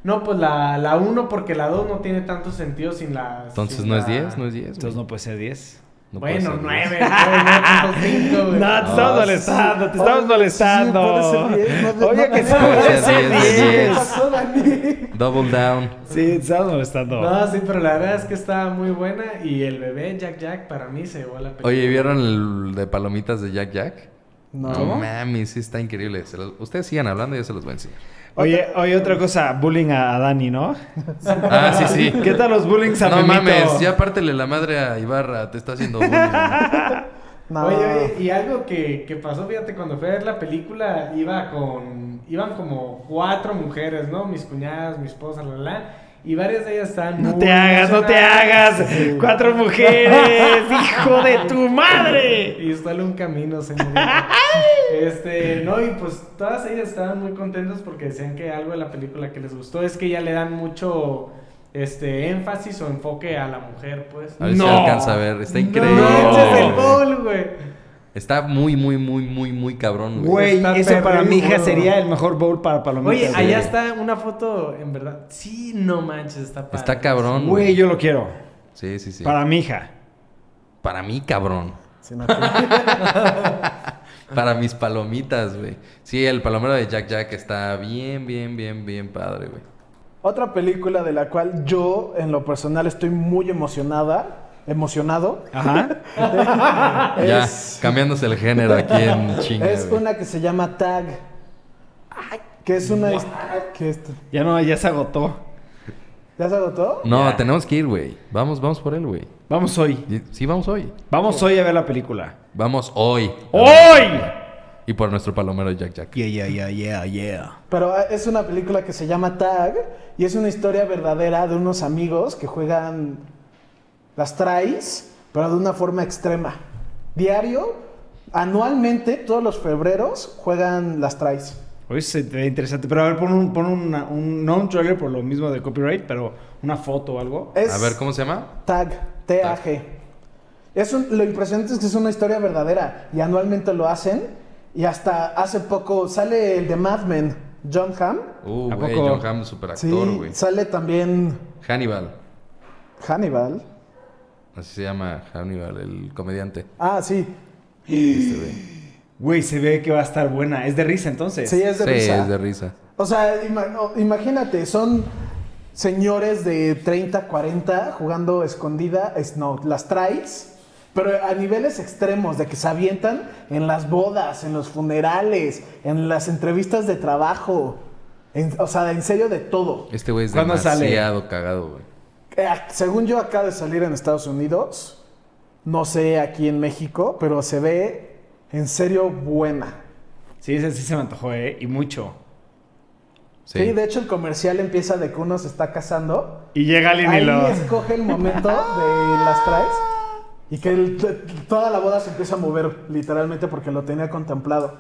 Speaker 4: No, pues la, la 1 porque la 2 no tiene tanto sentido sin la...
Speaker 3: Entonces
Speaker 4: sin
Speaker 3: no es
Speaker 4: la-
Speaker 3: 10, no es 10.
Speaker 1: Entonces
Speaker 3: güey.
Speaker 1: no puede ser 10.
Speaker 3: No puede
Speaker 4: bueno,
Speaker 3: ser
Speaker 4: 9,
Speaker 3: 10.
Speaker 4: güey. No, tanto cinco, güey.
Speaker 1: No, te estamos molestando, te estamos
Speaker 2: Oh,
Speaker 1: molestando.
Speaker 2: sí, puede ser diez, no-
Speaker 1: Oye,
Speaker 2: no-
Speaker 1: que sí
Speaker 2: no-
Speaker 1: puede ser
Speaker 3: no-
Speaker 1: diez.
Speaker 2: ¿Qué
Speaker 3: diez.
Speaker 2: pasó, Dani?
Speaker 3: Double down.
Speaker 1: Sí, te estamos molestando.
Speaker 4: No, sí, pero la verdad es que estaba muy buena y el bebé Jack Jack para mí se llevó la película.
Speaker 3: Oye, ¿vieron el de palomitas de Jack Jack?
Speaker 2: No.
Speaker 3: mami, sí está increíble. Se los- Ustedes sigan hablando y yo se los voy a enseñar.
Speaker 1: Oye, oye, otra cosa, bullying a a Dani, ¿no?
Speaker 3: Ah, sí, sí.
Speaker 1: ¿Qué tal los bullings a
Speaker 3: No
Speaker 1: Memito?
Speaker 3: mames, ya pártele la madre a Ibarra, te está haciendo bullying.
Speaker 2: No.
Speaker 4: Oye, oye, y algo que, que pasó, fíjate, cuando fui a ver la película, iba con. Iban como cuatro mujeres, ¿no? Mis cuñadas, mi esposa, la la. la, Y varias de ellas estaban.
Speaker 1: No
Speaker 4: muy
Speaker 1: te hagas, no te
Speaker 4: emocionadas.
Speaker 1: hagas.
Speaker 2: Sí.
Speaker 1: Cuatro mujeres, hijo de tu madre.
Speaker 4: Y solo un camino, señor. este, no, y pues todas ellas estaban muy contentas porque decían que algo de la película que les gustó es que ya le dan mucho este énfasis o enfoque a la mujer, pues.
Speaker 3: A ver si
Speaker 1: No.
Speaker 3: alcanza a ver, está increíble.
Speaker 4: No, ese es el gol, güey.
Speaker 3: Está muy, muy, muy, muy, muy cabrón, güey.
Speaker 1: Güey,
Speaker 4: Está
Speaker 1: eso para mi hija
Speaker 4: perrísimo.
Speaker 1: sería el mejor bowl para palomitas.
Speaker 4: Oye,
Speaker 1: güey.
Speaker 4: allá está una foto, en verdad. Sí, no manches, está padre.
Speaker 3: Está cabrón,
Speaker 1: Güey, yo lo quiero.
Speaker 3: Sí, sí, sí. Para,
Speaker 1: Para mi hija.
Speaker 3: mí, cabrón.
Speaker 2: Sí, no, que-
Speaker 3: Para mis palomitas, güey. Sí, el palomero de Jack Jack está bien, bien, bien, bien padre, güey.
Speaker 2: Otra película de la cual yo, en lo personal, estoy muy emocionada. Emocionado.
Speaker 1: Ajá.
Speaker 3: Ya,
Speaker 2: Es-
Speaker 3: cambiándose el género aquí en chinga,
Speaker 2: es
Speaker 3: güey.
Speaker 2: una que se llama Tag. Que es una. hist- que es-
Speaker 1: Ya no, ya se agotó.
Speaker 2: ¿Ya se agotó?
Speaker 3: No, tenemos que ir, güey. Vamos, vamos por él, güey.
Speaker 1: Vamos hoy.
Speaker 3: Y- Sí, vamos hoy.
Speaker 1: Vamos hoy a ver la película.
Speaker 3: Vamos hoy.
Speaker 1: ¡Hoy!
Speaker 3: Y por nuestro palomero de Jack Jack.
Speaker 1: Oh. Yeah, yeah, yeah, yeah, yeah.
Speaker 2: Pero ah, es una película que se llama Tag y es una historia verdadera de unos amigos que juegan las tries, pero de una forma extrema. Diario, anualmente, todos los febreros juegan las tries.
Speaker 1: Hoy se te ve interesante. Pero a ver, pon un, pon una- un, no un trailer por lo mismo de copyright, pero una foto o algo.
Speaker 2: Es
Speaker 3: A ver, ¿cómo se llama?
Speaker 2: Tag, T-A-G. Es un- lo impresionante es que es una historia verdadera y anualmente lo hacen y hasta hace poco sale el de Mad Men, John Hamm.
Speaker 3: Uh,
Speaker 1: ¿A
Speaker 3: güey,
Speaker 1: poco?
Speaker 3: John Hamm, super actor,
Speaker 2: Sí,
Speaker 3: güey.
Speaker 2: sale también
Speaker 3: Hannibal.
Speaker 2: Hannibal.
Speaker 3: Así se llama Hannibal, el comediante.
Speaker 2: Ah, sí.
Speaker 3: Este, güey.
Speaker 1: Güey, se ve que va a estar buena. Es de risa entonces.
Speaker 2: Sí, es de
Speaker 3: Sí,
Speaker 2: risa.
Speaker 3: es de risa.
Speaker 2: O sea, ima- no, imagínate, son señores de 30, 40 jugando escondida, es- no, las traes, pero a niveles extremos de que se avientan en las bodas, en los funerales, en las entrevistas de trabajo. en- o sea, en serio de todo.
Speaker 3: Este güey es
Speaker 1: ¿Cuándo sale?
Speaker 3: demasiado cagado, güey.
Speaker 2: Eh, según yo acaba de salir en Estados Unidos, no sé aquí en México, pero se ve en serio buena.
Speaker 1: Sí, ese sí se me antojó, ¿eh? Y mucho.
Speaker 2: Sí. de hecho el comercial empieza de que uno se está casando.
Speaker 1: Y llega alguien y
Speaker 2: Ahí
Speaker 1: lo.
Speaker 2: escoge el momento de las traes. Y que el- t- toda la boda se empieza a mover, literalmente, porque lo tenía contemplado.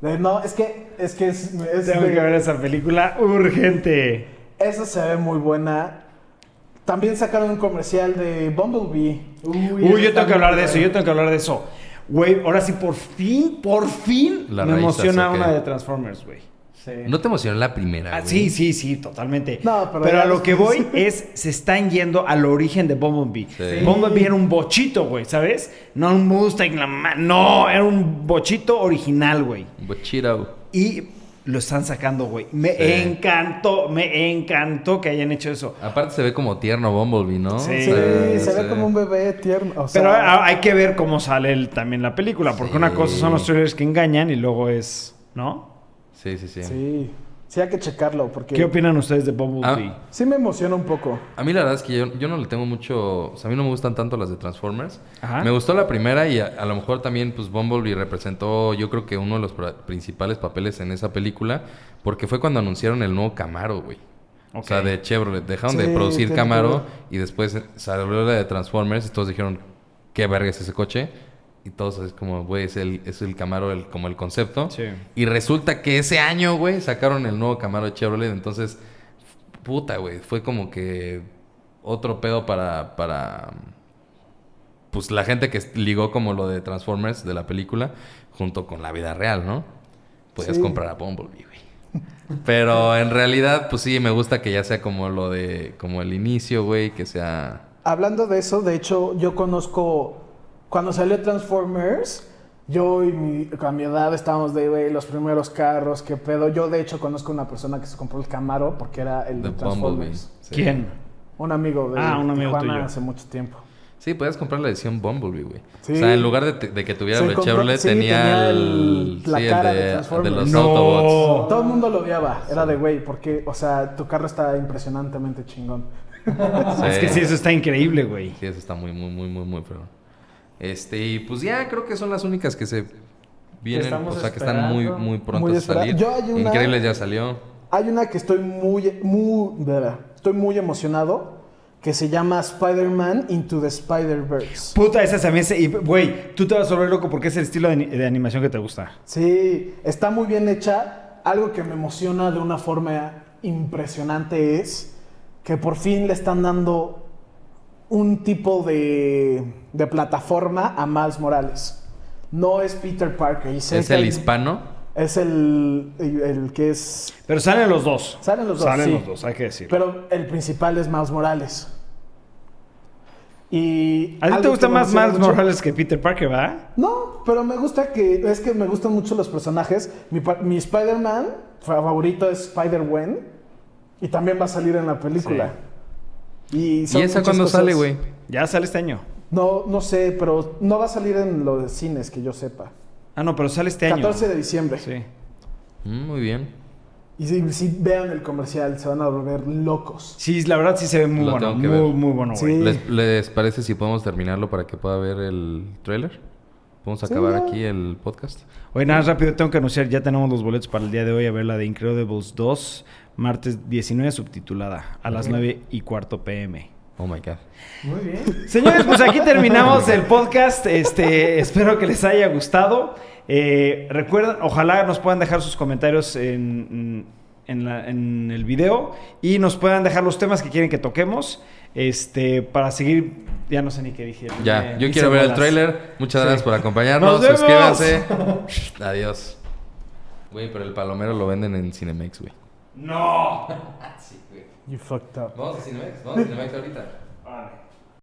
Speaker 2: De, no, es que es que es, es
Speaker 1: Tengo
Speaker 2: de-
Speaker 1: que ver esa película urgente.
Speaker 2: esa se ve muy buena. También sacaron un comercial de Bumblebee.
Speaker 1: Uy,
Speaker 2: ese
Speaker 1: yo tengo que
Speaker 2: también
Speaker 1: hablar de
Speaker 2: fue-
Speaker 1: eso, yo tengo que hablar de eso. Güey, ahora sí, por fin, por fin
Speaker 3: La
Speaker 1: me
Speaker 3: raíz,
Speaker 1: emociona
Speaker 3: ¿o qué?
Speaker 1: una de Transformers, güey.
Speaker 4: Sí.
Speaker 3: ¿No te emocionó la primera?
Speaker 1: Ah,
Speaker 3: güey?
Speaker 1: sí, sí, sí, totalmente.
Speaker 2: No,
Speaker 1: pero
Speaker 2: pero ya
Speaker 1: a lo que
Speaker 2: después-
Speaker 1: voy es, se están yendo al origen de Bumblebee.
Speaker 3: Sí.
Speaker 1: Bumblebee era un bochito, güey, ¿sabes? No un Mustang, la ma- no, era un bochito original, güey.
Speaker 3: Pues Bochito.
Speaker 1: Y lo están sacando, güey. Me
Speaker 3: Sí.
Speaker 1: encantó, me encantó que hayan hecho eso.
Speaker 3: Aparte se ve como tierno Bumblebee, ¿no?
Speaker 1: Sí.
Speaker 2: Sí,
Speaker 3: O sea,
Speaker 2: se
Speaker 3: sí.
Speaker 2: ve como un bebé tierno. o
Speaker 1: Pero
Speaker 2: sea,
Speaker 1: a- hay que ver cómo sale el- también la película, porque
Speaker 3: Sí.
Speaker 1: una cosa son los trailers que engañan y luego es, ¿no?
Speaker 3: Sí, sí, sí.
Speaker 2: sí, sí hay que checarlo porque
Speaker 1: ¿Qué opinan ustedes de Bumblebee?
Speaker 3: Ah.
Speaker 2: sí me emociona un poco.
Speaker 3: A mí la verdad es que yo, yo no le tengo mucho... O sea, a mí no me gustan tanto las de Transformers.
Speaker 1: Ajá.
Speaker 3: Me gustó la primera y a, a lo mejor también pues Bumblebee representó yo creo que uno de los pra- principales papeles en esa película porque fue cuando anunciaron el nuevo Camaro, güey. O sea,
Speaker 1: Ok.
Speaker 3: de Chevrolet. Dejaron
Speaker 2: Sí,
Speaker 3: de producir
Speaker 2: tiene
Speaker 3: Camaro
Speaker 2: todo.
Speaker 3: y después salió la de Transformers y todos dijeron, qué verga es ese coche. Y todos es como, güey, es el, es el Camaro el, como el concepto.
Speaker 1: Sí.
Speaker 3: Y resulta que ese año, güey, sacaron el nuevo Camaro de Chevrolet. Entonces, puta, güey, fue como que otro pedo para, para, pues la gente que ligó como lo de Transformers de la película junto con la vida real, ¿no? Podías
Speaker 2: Sí.
Speaker 3: comprar a Bumblebee, güey. Pero en realidad, pues sí, me gusta que ya sea como lo de, como el inicio, güey, que sea...
Speaker 2: Hablando de eso, de hecho, yo conozco. Cuando salió Transformers, yo y mi, a mi edad estábamos de, güey, los primeros carros, qué pedo. Yo, de hecho, conozco una persona que se compró el Camaro porque era el
Speaker 3: de
Speaker 2: de
Speaker 3: Bumblebee.
Speaker 2: Transformers.
Speaker 3: Sí.
Speaker 1: ¿Quién?
Speaker 2: Un amigo de
Speaker 1: Ah, un amigo
Speaker 2: Tijuana
Speaker 1: tuyo.
Speaker 2: hace mucho tiempo.
Speaker 3: Sí, podías comprar la edición Bumblebee, güey.
Speaker 2: Sí.
Speaker 3: O sea, en lugar de, te- de que tuviera
Speaker 2: Se
Speaker 3: lo de
Speaker 2: compró-
Speaker 3: Chevrolet,
Speaker 2: sí,
Speaker 3: tenía,
Speaker 2: tenía
Speaker 3: el,
Speaker 2: el- la
Speaker 3: sí, el
Speaker 2: cara de
Speaker 3: de,
Speaker 2: Transformers.
Speaker 3: los
Speaker 1: No.
Speaker 3: Autobots.
Speaker 2: Todo el mundo lo odiaba. Era de, güey, porque, o sea, tu carro está impresionantemente chingón.
Speaker 1: Es que sí, eso está increíble, güey.
Speaker 3: Sí, eso está muy, muy, muy, muy, muy pero Este, y pues ya creo que son las únicas que se vienen,
Speaker 4: estamos
Speaker 3: o sea, que están muy,
Speaker 4: esperando.
Speaker 3: muy pronto
Speaker 2: Muy
Speaker 3: a
Speaker 2: espera-
Speaker 3: salir.
Speaker 2: Yo hay una-
Speaker 3: Increíbles ya salió.
Speaker 2: Hay una que estoy muy, muy, verdad, estoy muy emocionado que se llama Spider-Man Into the Spider-Verse.
Speaker 1: Puta, esa se me hace... y, Güey, tú te vas a volver loco porque es el estilo de, ani- de animación que te gusta.
Speaker 2: Sí, está muy bien hecha. Algo que me emociona de una forma impresionante es que por fin le están dando un tipo de, de plataforma a Miles Morales. No es Peter Parker. y sé
Speaker 3: Es
Speaker 2: que
Speaker 3: el
Speaker 2: hay-
Speaker 3: hispano.
Speaker 2: Es el, el- el que es...
Speaker 1: Pero salen los dos.
Speaker 2: Salen los dos,
Speaker 1: Salen
Speaker 2: sí.
Speaker 1: los dos, hay que decirlo.
Speaker 2: Pero el principal es Miles Morales. Y
Speaker 1: a ti
Speaker 2: algo
Speaker 1: te
Speaker 2: que
Speaker 1: gusta
Speaker 2: me
Speaker 1: más
Speaker 2: emociona
Speaker 1: Miles
Speaker 2: mucho-
Speaker 1: Morales que Peter Parker, ¿verdad?
Speaker 2: No, pero me gusta que. Es que me gustan mucho los personajes. Mi, pa- mi Spider-Man favorito es Spider-Wen. Y también va a salir en la película. son
Speaker 3: ¿Y esa
Speaker 2: muchas
Speaker 3: cuándo
Speaker 2: cosas-
Speaker 3: sale, güey?
Speaker 1: Ya sale este año.
Speaker 2: No, no sé, pero no va a salir en los cines que yo sepa.
Speaker 1: Ah, no, pero sale este año.
Speaker 2: 14 de diciembre.
Speaker 1: Sí.
Speaker 3: Mm, muy bien.
Speaker 2: Y si, si vean el comercial, se van a volver locos.
Speaker 1: Sí, la verdad sí se ve muy
Speaker 3: Lo
Speaker 1: bueno.
Speaker 3: tengo que
Speaker 1: Muy,
Speaker 3: ver.
Speaker 1: muy bueno, güey.
Speaker 2: Sí.
Speaker 3: ¿Les, les parece si podemos terminarlo para que pueda ver el tráiler? Podemos
Speaker 2: Sí,
Speaker 3: acabar
Speaker 2: ya.
Speaker 3: aquí el podcast.
Speaker 1: Oye, nada, rápido, tengo que anunciar, ya tenemos los boletos para el día de hoy a ver la de Incredibles 2, martes 19, subtitulada, a las 9 y cuarto pm.
Speaker 3: Oh my god.
Speaker 4: Muy bien.
Speaker 1: Señores, pues aquí terminamos el podcast. Este, espero que les haya gustado. Eh, recuerden, ojalá nos puedan dejar sus comentarios en, en la- en el video y nos puedan dejar los temas que quieren que toquemos. Este, para seguir, ya no sé ni qué dije.
Speaker 3: Ya,
Speaker 1: Me
Speaker 3: yo
Speaker 1: hice
Speaker 3: quiero ver el
Speaker 1: bolas.
Speaker 3: tráiler.
Speaker 1: Eh,
Speaker 3: Muchas
Speaker 1: Sí.
Speaker 3: gracias por acompañarnos.
Speaker 1: ¡Nos vemos!
Speaker 3: Suscríbanse. Adiós. Güey, pero el palomero lo venden en Cinemex, güey.
Speaker 1: No.
Speaker 2: You fucked up.
Speaker 3: Vamos a Cinemex, vamos a Cinemex ahorita.